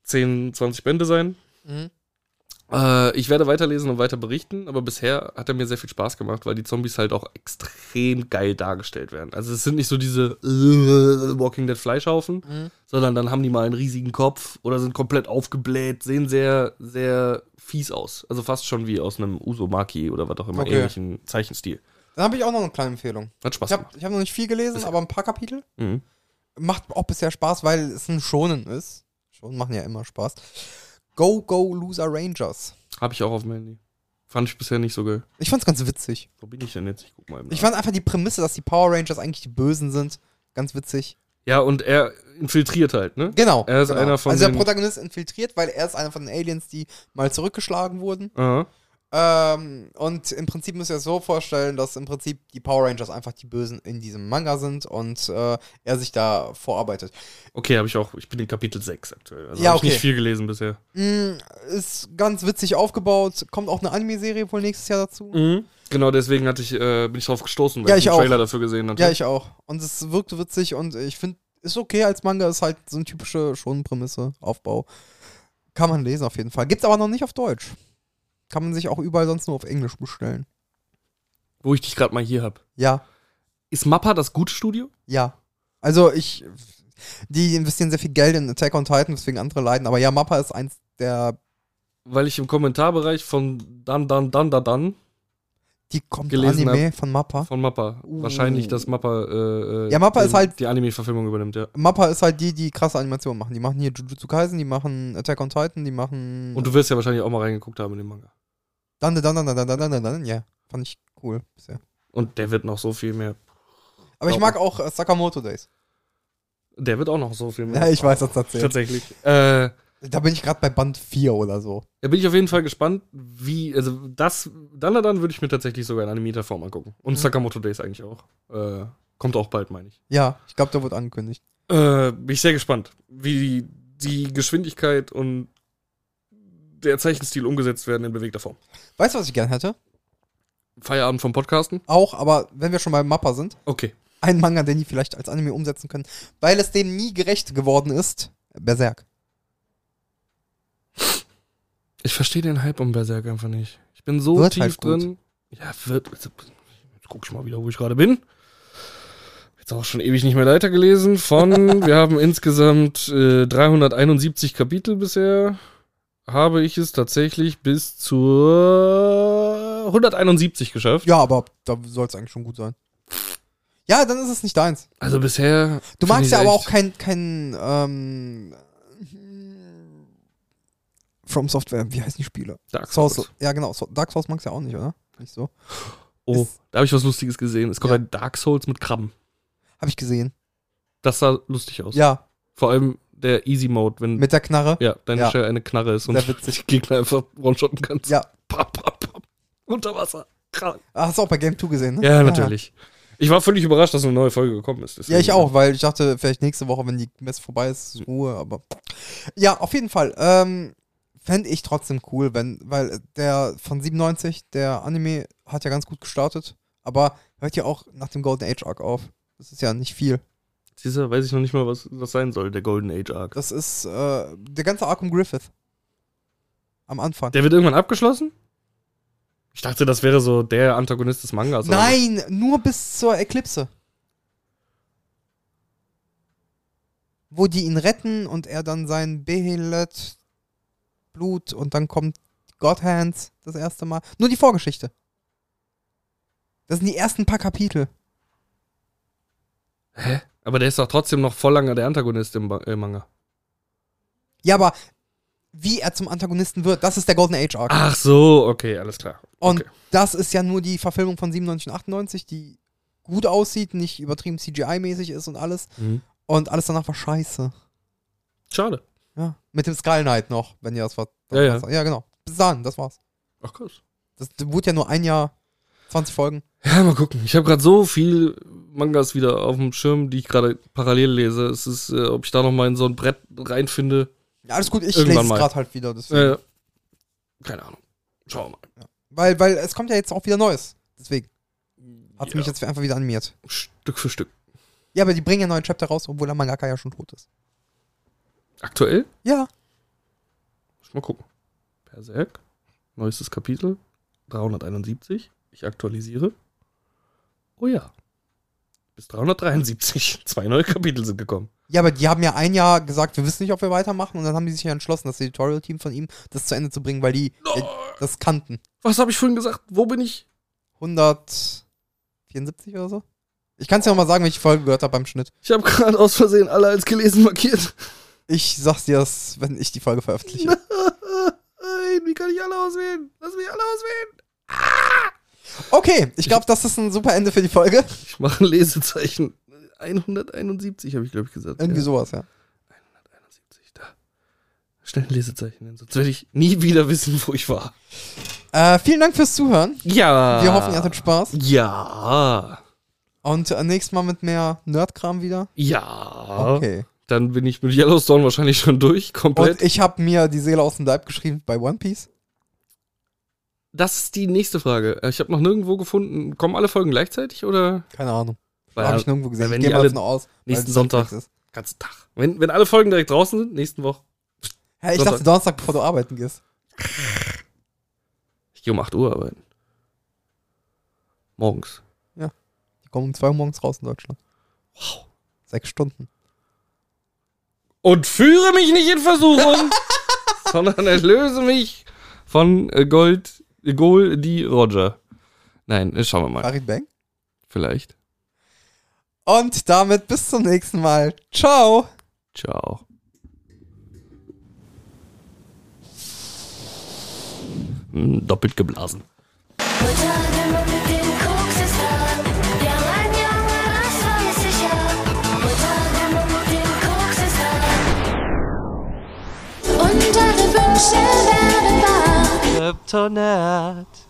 10, 20 Bände sein. Mhm. Äh, ich werde weiterlesen und weiter berichten, aber bisher hat er mir sehr viel Spaß gemacht, weil die Zombies halt auch extrem geil dargestellt werden. Also es sind nicht so diese äh, Walking Dead Fleischhaufen, Mhm. sondern dann haben die mal einen riesigen Kopf oder sind komplett aufgebläht, sehen sehr, sehr fies aus. Also fast schon wie aus einem Usomaki oder was auch immer, Okay. ähnlichen Zeichenstil. Dann habe ich auch noch eine kleine Empfehlung. Hat Spaß Ich gemacht. habe ich hab noch nicht viel gelesen, aber ein paar Kapitel. Mhm. Macht auch bisher Spaß, weil es ein Schonen ist. Schonen machen ja immer Spaß. Go, go, Loser Rangers. Hab ich auch auf dem Handy. Fand ich bisher nicht so geil. Ich fand's ganz witzig. Wo bin ich denn jetzt? Ich guck mal. Eben Ich nach. fand einfach die Prämisse, dass die Power Rangers eigentlich die Bösen sind, ganz witzig. ja, und er infiltriert halt, ne? Genau. Er ist genau. einer von Also der den- Protagonist infiltriert, weil er ist einer von den Aliens, die mal zurückgeschlagen wurden. Aha. Ähm, und im Prinzip müsst ihr es so vorstellen, dass im Prinzip die Power Rangers einfach die Bösen in diesem Manga sind und äh, er sich da vorarbeitet. Okay, habe ich auch. Ich bin in Kapitel 6 aktuell. Also Ja, ja, hab ich okay. nicht viel gelesen bisher. Mm, ist ganz witzig aufgebaut, kommt auch eine Anime-Serie wohl nächstes Jahr dazu. Genau, deswegen hatte ich, äh, bin ich drauf gestoßen, weil Mhm. Ja, ich ich den auch. Trailer dafür gesehen hatte. Ja, ich auch. Und es wirkte witzig und ich finde, ist okay als Manga, ist halt so eine typische Schonenprämisse, Aufbau. Kann man lesen auf jeden Fall. Gibt's aber noch nicht auf Deutsch. Kann man sich auch überall sonst nur auf Englisch bestellen. Wo ich dich gerade mal hier hab. Ja, Ist Mappa das gute Studio? ja. Also ich, die investieren sehr viel Geld in Attack on Titan, weswegen andere leiden. Aber ja, Mappa ist eins der, Weil ich im Kommentarbereich von Dan Dan Dan Dan Dan die kommt Gelesen Anime von Mappa. von Mappa. Uh. Wahrscheinlich, dass Mappa. Äh, äh, Ja, Mappa ist halt- Die Anime-Verfilmung übernimmt, ja. Mappa ist halt die, die krasse Animationen machen. Die machen hier Jujutsu Kaisen, die machen Attack on Titan, die machen Und du wirst ja wahrscheinlich auch mal reingeguckt haben in den Manga. dann, dann, dann, dann, dann, dann, dann, dann, ja. Fand ich cool bisher. Und der wird noch so viel mehr. Aber ich Ja. mag auch äh, Sakamoto Days. Der wird auch noch so viel mehr. Ja, ich weiß, was das zählt. Tatsächlich. Äh, Da bin ich gerade bei Band 4 oder so. da bin ich auf jeden Fall gespannt, wie, also das, dann na dann würde ich mir tatsächlich sogar in animierter Form angucken. Und Mhm. Sakamoto Days eigentlich auch. Äh, kommt auch bald, meine ich. Ja, ich glaube, da wird angekündigt. Äh, bin ich sehr gespannt, wie die, die Geschwindigkeit und der Zeichenstil umgesetzt werden in bewegter Form. Weißt du, was ich gern hätte? Feierabend vom Podcasten? Auch, aber wenn wir schon bei Mappa sind, Okay. einen Manga, den die vielleicht als Anime umsetzen können, weil es dem nie gerecht geworden ist. Berserk. Ich verstehe den Hype um Berserk einfach nicht. Ich bin so Wird tief halt gut. drin. Ja, wird. also, Jetzt guck ich mal wieder, wo ich gerade bin. Jetzt auch schon ewig nicht mehr weitergelesen. Von, wir haben insgesamt äh, 371 Kapitel bisher. Habe ich es tatsächlich bis zur 171 geschafft. Ja, aber da soll es eigentlich schon gut sein. Ja, dann ist es nicht deins. Also bisher. Du find magst ich's ja aber echt- auch kein, kein ähm, From Software, wie heißen die Spiele? Dark Souls. Souls. Ja, genau. So- Dark Souls magst du ja auch nicht, oder? Nicht so. Oh, Ist- da habe ich was Lustiges gesehen. Es kommt Ja. ein Dark Souls mit Krabben. Hab ich gesehen. Das sah lustig aus. Ja, Vor allem der Easy Mode, wenn mit der Knarre. ja, deine Ja. Shell eine Knarre ist und Sehr witzig. die Gegner einfach one-shotten kannst. Ja. Pap, pap, pap. Unter Wasser. Krank. Ah, Hast du auch bei Game 2 gesehen, ne? Ja, natürlich. Ich war völlig überrascht, dass eine neue Folge gekommen ist. Ja, deswegen- ich auch, weil ich dachte, vielleicht nächste Woche, wenn die Messe vorbei ist, ist Ruhe, aber. Ja, auf jeden Fall. Ähm, Fände ich trotzdem cool, wenn, weil der von 97, der Anime, hat ja ganz gut gestartet, aber hört ja auch nach dem Golden Age Arc auf. Das ist ja nicht viel. Dieser weiß ich noch nicht mal, was das sein soll, der Golden Age Arc. Das ist äh, der ganze Arc um Griffith. Am Anfang. Der wird irgendwann abgeschlossen? Ich dachte, das wäre so der Antagonist des Mangas. oder so. Nein, nur bis zur Eklipse. Wo die ihn retten und er dann sein Behelet Blut und dann kommt God Hands das erste Mal. Nur die Vorgeschichte. Das sind die ersten paar Kapitel. Aber der ist doch trotzdem noch voll lange der Antagonist im, Ba- äh, Manga. Ja, aber wie er zum Antagonisten wird, das ist der Golden Age Arc. Ach so, okay, alles klar. und Ah, okay. das ist ja nur die Verfilmung von 97 und 98, die gut aussieht, nicht übertrieben CGI-mäßig ist und alles. Mhm. Und alles danach war scheiße. Schade. Ja. Mit dem Skull Knight noch, wenn ihr das war. Das Ja, ja. war's. ja, genau. Bis dann, das war's. Ach krass. Das wurde ja nur ein Jahr, 20 Folgen. Ja, mal gucken. Ich habe gerade so viel Mangas wieder auf dem Schirm, die ich gerade parallel lese. Es ist, äh, ob ich da noch mal in so ein Brett reinfinde. Ja, alles gut, ich Irgendwann lese mal. es gerade halt wieder. Deswegen. Äh, keine Ahnung. Schauen wir mal. Weil, weil es kommt ja jetzt auch wieder Neues. Deswegen hat Ja, mich jetzt einfach wieder animiert. Stück für Stück. Ja, aber die bringen ja einen neuen Chapter raus, obwohl der Mangaka ja schon tot ist. Aktuell? Ja. Muss ich Mal gucken. Berserk. Neuestes Kapitel. 371. Ich aktualisiere. Oh ja. Bis 373. Zwei neue Kapitel sind gekommen. Ja, aber die haben ja ein Jahr gesagt, wir wissen nicht, ob wir weitermachen. Und dann haben die sich ja entschlossen, das Editorial-Team von ihm, das zu Ende zu bringen, weil die äh, das kannten. Was habe ich vorhin gesagt? Wo bin ich? 174 oder so? Ich kann es ja nochmal sagen, welche Folge gehört habe beim Schnitt. Ich habe gerade aus Versehen alle als gelesen markiert. Ich sag's dir das, wenn ich die Folge veröffentliche. Nein, wie kann ich alle auswählen? Lass mich alle auswählen. Okay, ich glaube, das ist ein super Ende für die Folge. Ich mache ein Lesezeichen. 171 habe ich, glaube ich, gesagt. Irgendwie ja. sowas, ja. 171, da. Schnell ein Lesezeichen hin, sonst werde ich nie wieder wissen, wo ich war. Äh, vielen Dank fürs Zuhören. Ja. Wir hoffen, ihr hattet Spaß. Ja. Und äh, nächstes Mal mit mehr Nerdkram wieder. Ja. Okay. Dann bin ich mit Yellowstone wahrscheinlich schon durch, komplett. Und ich habe mir die Seele aus dem Leib geschrieben bei One Piece. das ist die nächste Frage. Äh, Ich habe noch nirgendwo gefunden. Kommen alle Folgen gleichzeitig oder? Keine Ahnung. Weil habe ich nirgendwo gesehen. wenn die ich gehe mal alle davon aus. weil nächsten es Sonntag- Netflix Ist. ganzen Tag. Wenn, wenn alle Folgen direkt draußen sind, nächsten Woche. Hä, ich dachte Donnerstag, bevor du arbeiten gehst. gehe um 8 Uhr arbeiten. Morgens. Die kommen um 2 Uhr morgens raus in Deutschland. Wow. Sechs Stunden. Und führe mich nicht in Versuchung, sondern erlöse mich von äh, Gold, Gold, die Roger. Nein, äh, schauen wir mal. Farid Bang. Vielleicht. Und damit bis zum nächsten Mal. Ciao. Ciao. Mm, Doppelt geblasen. Utanırım öpüp koksuzdan Yalan yalan asla yaşayacağım Utanırım öpüp koksuzdan Unter der Wünsche werden wahr Kryptonite.